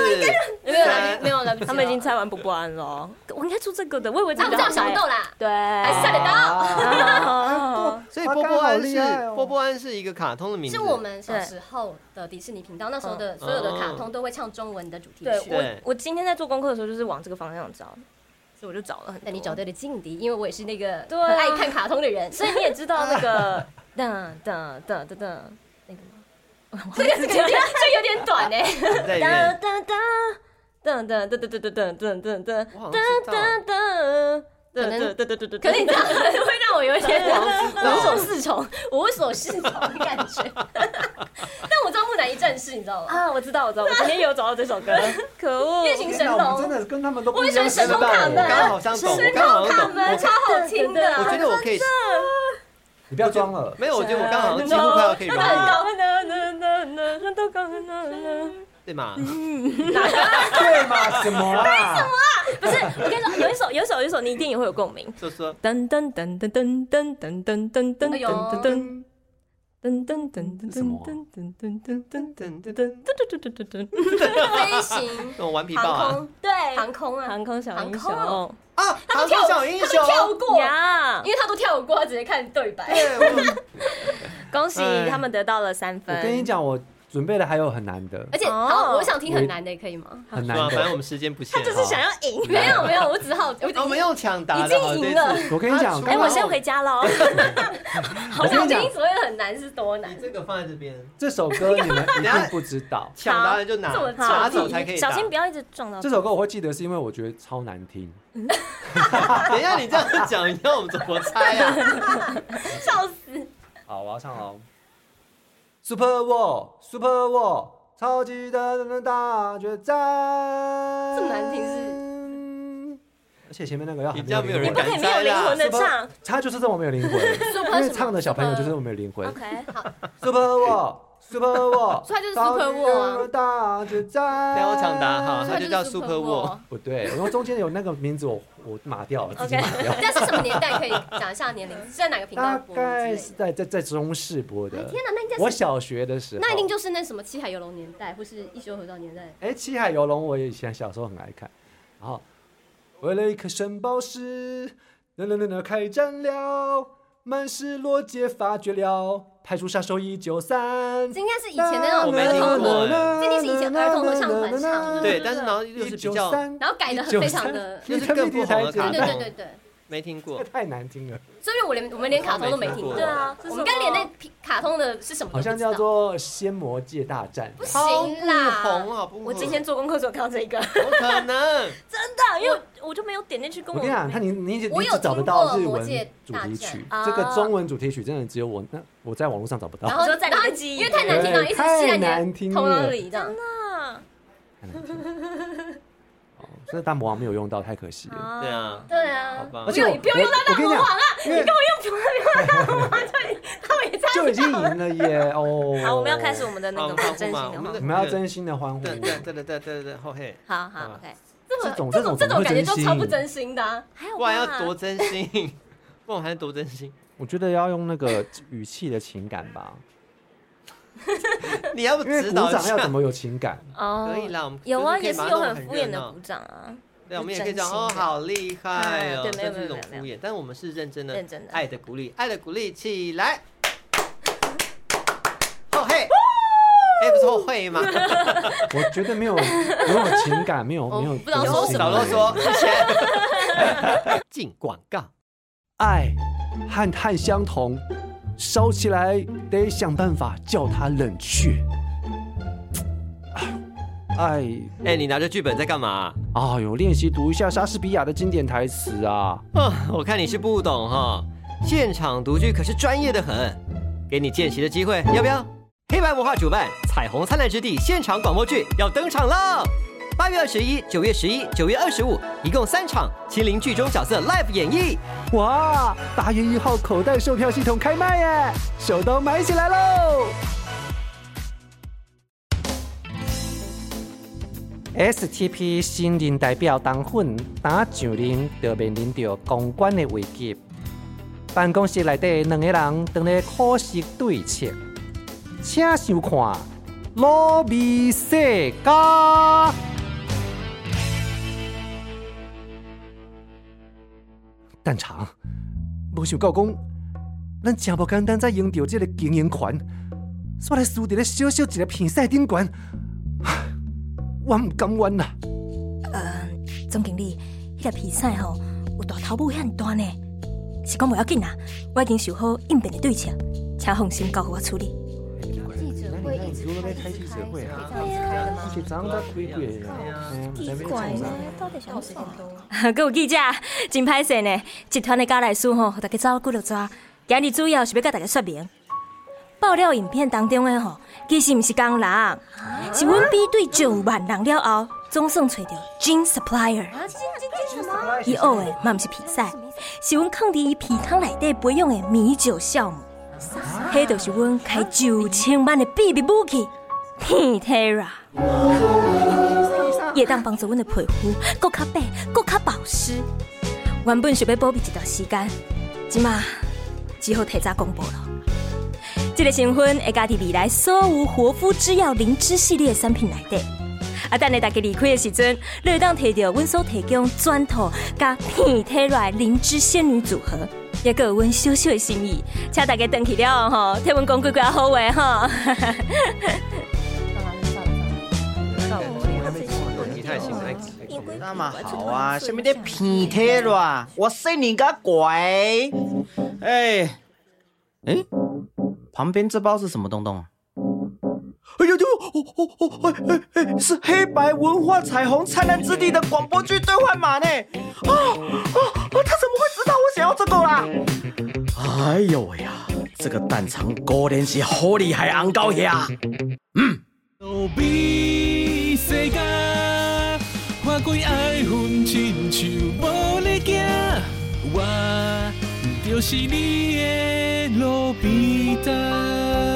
Speaker 3: 没
Speaker 1: 三，
Speaker 3: 有了，
Speaker 4: 他们已经猜完不不安了。我应该出这个的，我以为这
Speaker 3: 他
Speaker 4: 个
Speaker 3: 们这样想不到
Speaker 4: 了。
Speaker 3: 啦，
Speaker 4: 对，
Speaker 3: 还是猜得到。
Speaker 4: 哦到。
Speaker 1: 所以
Speaker 2: 花
Speaker 1: 波
Speaker 2: 干
Speaker 1: 波安
Speaker 2: 好厉
Speaker 1: 是
Speaker 2: 害哦
Speaker 1: 波波安是一个卡通的名字，
Speaker 3: 是我们小时候的迪士尼频道，那时候的所有的卡通都会唱中文的主题
Speaker 4: 对
Speaker 3: 曲。
Speaker 1: 对
Speaker 4: 我，我今天在做功课的时候就是往这个方向找，所以我就找了很多。
Speaker 3: 那你找对了劲敌，因为我也是那个
Speaker 4: 对
Speaker 3: 很
Speaker 4: 啊
Speaker 3: 爱看卡通的人，所
Speaker 4: 所以
Speaker 3: 以
Speaker 4: 你也知道那个哒哒哒哒哒那个吗？
Speaker 3: 这个这个有点这有点短哎。
Speaker 1: 在里
Speaker 4: 哒
Speaker 1: 面。
Speaker 4: 哒哒哒哒哒哒哒哒哒哒哒
Speaker 1: 我好像
Speaker 4: 哒
Speaker 1: 知道
Speaker 4: 哒哒。
Speaker 3: 可能
Speaker 4: 对对对对，
Speaker 3: 可是你这样会让我有一些
Speaker 1: 道
Speaker 3: 无所适从、无所适从的感觉。但我知道木乃伊战士，你知道吗？
Speaker 4: 啊，我知道，我知道，我今天有找到这首歌，可恶！
Speaker 3: 夜行神
Speaker 2: 天哪我们真，
Speaker 3: 龙
Speaker 2: 的哦跟他们都不
Speaker 3: 我也
Speaker 2: 一
Speaker 3: 喜欢
Speaker 2: 样
Speaker 3: 神
Speaker 1: 知
Speaker 3: 龙
Speaker 1: 道
Speaker 3: 卡
Speaker 1: 我
Speaker 3: 门，
Speaker 1: 刚刚好像懂，我刚刚好
Speaker 3: 卡
Speaker 1: 像懂，
Speaker 3: 门超好听
Speaker 1: 我
Speaker 3: 的，
Speaker 1: 觉得我可以，
Speaker 2: 你不要装了，
Speaker 1: 没有，我觉得我刚好像几乎快要可以融入了，对吗？
Speaker 2: 对嘛？什么啊？
Speaker 4: 不是，我跟你说，有一首，有一首，有一首，你一定也会有共鸣。
Speaker 1: 说 说，
Speaker 4: 噔噔噔噔噔噔噔噔噔噔噔噔噔。噔噔噔噔噔噔噔噔噔噔
Speaker 1: 噔噔噔
Speaker 4: 噔噔，噔噔噔噔噔，
Speaker 3: 飞行、
Speaker 1: 那种顽皮豹
Speaker 3: 航
Speaker 1: 啊
Speaker 3: 空，对，航空啊，
Speaker 4: 航空小英雄
Speaker 1: 啊，
Speaker 3: 他
Speaker 1: 航
Speaker 3: 都跳
Speaker 1: 空小英雄
Speaker 3: 他都，跳过，
Speaker 4: 呀
Speaker 3: 因！为他都跳过，他直接看对白。
Speaker 1: 对，我
Speaker 4: 恭喜他们得到了三
Speaker 2: 我
Speaker 4: 分。
Speaker 2: 跟你讲，我准备的还有很难的
Speaker 3: 而，且好，我想听很难的，可以吗？
Speaker 2: 很
Speaker 1: 说
Speaker 2: 难
Speaker 1: 啊反正
Speaker 2: 的。
Speaker 1: 我们时间不限，啊
Speaker 4: 就是想要赢。
Speaker 3: 没有没哦有，我只哎好我
Speaker 1: 好我们用抢答
Speaker 3: 已
Speaker 1: 的，好
Speaker 3: 经赢了
Speaker 1: 这次。
Speaker 2: 我跟你讲
Speaker 1: 他出
Speaker 4: 哎，我
Speaker 1: 来
Speaker 4: 先回家了哦。
Speaker 3: 好想听所谓很难是多难
Speaker 1: 你。这个放在这边，。
Speaker 2: 这首歌你们一定不知道
Speaker 1: 抢答的 就拿
Speaker 3: 这么，
Speaker 4: 好
Speaker 1: 拿走才可以
Speaker 4: 小
Speaker 1: 打。
Speaker 4: 心不要一直撞到。
Speaker 2: 这首歌我会记得，是因为我觉得超难听。
Speaker 1: 等一下你这样讲，你要我们怎么猜啊？
Speaker 3: 笑死！
Speaker 2: 好，我要唱哦。Super War Super War 超级大的大决战。这
Speaker 3: 么难听
Speaker 2: 是？而且前面那个要
Speaker 1: 你
Speaker 2: 很
Speaker 1: 这样没有人
Speaker 4: 不可
Speaker 1: 敢
Speaker 4: 以没有
Speaker 1: 猜
Speaker 4: 灵魂
Speaker 1: 啦。
Speaker 4: 的唱。
Speaker 2: 他就是这么没有灵魂，因为唱的小朋友就是这么没有灵魂。
Speaker 4: OK，
Speaker 2: Super War Super War，
Speaker 7: 所以它就是 Super War 啊
Speaker 2: 大决战。
Speaker 1: 没有我抢答哈，
Speaker 7: 所以
Speaker 1: 它
Speaker 7: 它
Speaker 1: 就
Speaker 7: 就
Speaker 1: 叫
Speaker 7: 是
Speaker 1: Super
Speaker 7: Super
Speaker 1: War，
Speaker 7: War
Speaker 2: 不对，因为中间有那个名字我我码掉了，自己
Speaker 8: OK，
Speaker 2: 码掉。
Speaker 3: 但是什么年代可以讲一下年龄？是在哪个频道
Speaker 2: 大
Speaker 3: 播之类
Speaker 2: 概
Speaker 3: 的？
Speaker 2: 是在在在中视播的。
Speaker 3: 天哪，那应该
Speaker 2: 我
Speaker 3: 是
Speaker 2: 小学的时候，
Speaker 3: 那一定就是那什么七海游龙年代，或是一休合照年代。
Speaker 2: 哎，《七海游龙》我以前小时候很爱看，然后为了一颗圣宝石，那那那那开战了，曼氏洛杰发觉了，派出杀手一九三。
Speaker 3: 这应该是以前的那
Speaker 1: 我
Speaker 3: 种
Speaker 1: 没听
Speaker 3: 儿
Speaker 1: 过
Speaker 3: 童，
Speaker 1: 哎
Speaker 3: 这一定是以前儿童合唱团唱的
Speaker 1: 对，但是然后又是
Speaker 2: 一
Speaker 1: 比
Speaker 2: 九
Speaker 1: 较
Speaker 2: 三，
Speaker 3: 然后改的很非常的，
Speaker 1: 就是更不红的卡
Speaker 3: 对对对
Speaker 1: 通
Speaker 3: 对，对。
Speaker 1: 没听过
Speaker 2: 这。太难听了，
Speaker 3: 所以我连我们连卡通都没听过。
Speaker 1: 对
Speaker 8: 啊
Speaker 3: 我们刚连那卡通的是什么
Speaker 2: 好
Speaker 3: 都不知道？
Speaker 2: 像叫做《仙魔界大战》。
Speaker 3: 不
Speaker 1: 超
Speaker 3: 行
Speaker 1: 不红
Speaker 3: 啦，
Speaker 1: 好不红？
Speaker 8: 我今天做功课的时候看到这一个，
Speaker 1: 怎么可能？
Speaker 8: 真的，因为我就没有点进去，跟
Speaker 2: 我跟你讲，他你你只
Speaker 3: 我
Speaker 2: 你
Speaker 3: 有
Speaker 2: 只找得
Speaker 3: 听
Speaker 2: 到
Speaker 3: 过
Speaker 2: 日
Speaker 3: 魔
Speaker 2: 文
Speaker 3: 界
Speaker 2: 主
Speaker 3: 大
Speaker 2: 题
Speaker 3: 战
Speaker 2: 曲，
Speaker 8: 啊
Speaker 2: 这个中文主题曲真的只有我那我在网络上找不到。
Speaker 3: 然后
Speaker 8: 你说在你
Speaker 3: 然后
Speaker 8: 的记忆
Speaker 3: 因为太难听了，一直
Speaker 2: 对
Speaker 3: 吸
Speaker 2: 太难
Speaker 3: 在你
Speaker 2: 听
Speaker 3: 的
Speaker 2: 了
Speaker 3: 头脑里这样。
Speaker 8: 啊
Speaker 2: 太难听了哦，这大魔王没有用到，太可惜了。
Speaker 1: 对，啊，
Speaker 3: 对
Speaker 1: 好
Speaker 3: 啊，
Speaker 1: 吧
Speaker 2: 而。且我
Speaker 3: 你不用用到
Speaker 2: 我我跟你讲，因为
Speaker 8: 哦 他们也在。
Speaker 2: 就已经赢了耶！哦，
Speaker 8: 好，我们要开始我们的那
Speaker 1: 好，我
Speaker 8: 个
Speaker 1: 们欢
Speaker 8: 真
Speaker 1: 呼
Speaker 8: 心
Speaker 1: 嘛，
Speaker 8: 的
Speaker 1: 我
Speaker 8: 话
Speaker 1: 们。的
Speaker 2: 你们要真心的欢呼。
Speaker 1: 对对对对对对对，后嘿，
Speaker 8: 好好，OK，
Speaker 2: 这种
Speaker 3: 这
Speaker 2: 种怎
Speaker 3: 这
Speaker 2: 么
Speaker 3: 种
Speaker 2: 会
Speaker 3: 感觉
Speaker 2: 真
Speaker 3: 就
Speaker 2: 心？
Speaker 3: 超不真心的啊。
Speaker 8: 还有
Speaker 1: 不然要多真心，不然还是多真心。
Speaker 2: 我觉得要用那个语气的情感 吧，
Speaker 1: 你要不
Speaker 2: 因为
Speaker 1: 指
Speaker 2: 鼓
Speaker 1: 导一
Speaker 2: 掌
Speaker 1: 下
Speaker 2: 要怎？么有情感？
Speaker 8: 哦
Speaker 1: 可以啦，我们
Speaker 8: 有啊，
Speaker 1: 就是可以
Speaker 8: 也是
Speaker 1: 把它
Speaker 8: 有
Speaker 1: 弄得
Speaker 8: 很敷衍
Speaker 1: 热
Speaker 8: 的
Speaker 1: 闹
Speaker 8: 鼓掌啊，
Speaker 1: 对，我们也可以
Speaker 8: 真
Speaker 1: 讲
Speaker 8: 心
Speaker 1: 哦，
Speaker 8: 的
Speaker 1: 好厉害哦，
Speaker 8: 嗯对没有
Speaker 1: 这是一种
Speaker 8: 没有没
Speaker 1: 敷
Speaker 8: 有没
Speaker 1: 衍，但我们是认真的，
Speaker 8: 认真的
Speaker 1: 爱的鼓励，爱的鼓励起来，后嘿，哎，不是后 会吗？
Speaker 2: 我觉得没有没有情感，没有没有
Speaker 3: 不知道
Speaker 2: 真
Speaker 3: 说
Speaker 2: 心
Speaker 3: 什
Speaker 1: 少
Speaker 3: 么
Speaker 1: 啰 嗦， 谢谢。进广告，
Speaker 2: 爱和碳相同，烧起来得想办法叫它冷却。爱
Speaker 1: 哎，你拿着剧本在干嘛？
Speaker 2: 啊，有练习读一下莎士比亚的经典台词啊。
Speaker 1: 啊，我看你是不懂哈，现场独居可是专业的很，给你见习的机会，要不要？黑白文化主办《彩虹灿烂之地》现场广播剧要登场喽！八月二十一、九月十一、九月二十五，一共三场亲临剧中角色 live 演绎。
Speaker 2: 哇，八月一号口袋售票系统开卖耶，手刀买起来喽！STP 新人代表当选，打上任就面临着公关的危机。办公室内底两个人正咧苦识对策，请收看《罗密世家》。蛋肠，无想到讲，咱真无简单才赢到这个经营权，煞来输伫咧小小一个片赛顶悬， 唉我毋甘愿啦！
Speaker 4: 呃，总经理，迄、个比赛吼，有大头母遐大呢，是讲袂要紧啦，我已经想好应变的对策，请放心交互我处理。
Speaker 3: 记者会一直开，一直开，是可以这样子开的吗？
Speaker 2: 一早上才几月啦？奇怪呢，
Speaker 3: 到底想要什 么？
Speaker 4: 各位记者，真歹势呢，集团的家内事吼，互大家走几落抓。今日主要是要甲大家说明，爆料影片当中的吼，其实毋是工人，是阮比对上万人了后，总算找到 Jean Supplier。
Speaker 3: 啊，今天今天什么？
Speaker 4: 伊学的嘛毋是比赛，是阮放伫伊鼻腔内底培养的米酒酵母，迄就是阮开九千万的秘密武器——天 Terra，也当帮助阮的皮肤更较白、更较保湿。原本想要保密一段时间，即马只好提早公布了。这个成分会加伫未来所有活肤之钥灵芝系列的产品内底。啊，等下大家离开的时阵，你会当摕到阮所提供砖头甲片体来灵芝仙女组合，也佮有阮小小的心意，请大家登去了后吼，替阮讲几句好话吼。
Speaker 1: 哎你太行了，
Speaker 9: 那么好啊，什么的鼻贴啦，我信你个鬼！哎，哎，旁边这包是什么东东啊？哎呦呦，哦哦哦，哎哎哎，是黑白文化彩虹灿烂之地的广播剧兑换码呢！啊啊啊！他怎么会知道我想要这个啊啦？哎呦喂呀，这个蛋肠果然是好厉害，昂高呀！
Speaker 10: 路比世界，看开爱恨，亲像无力行。我就是你的路边灯。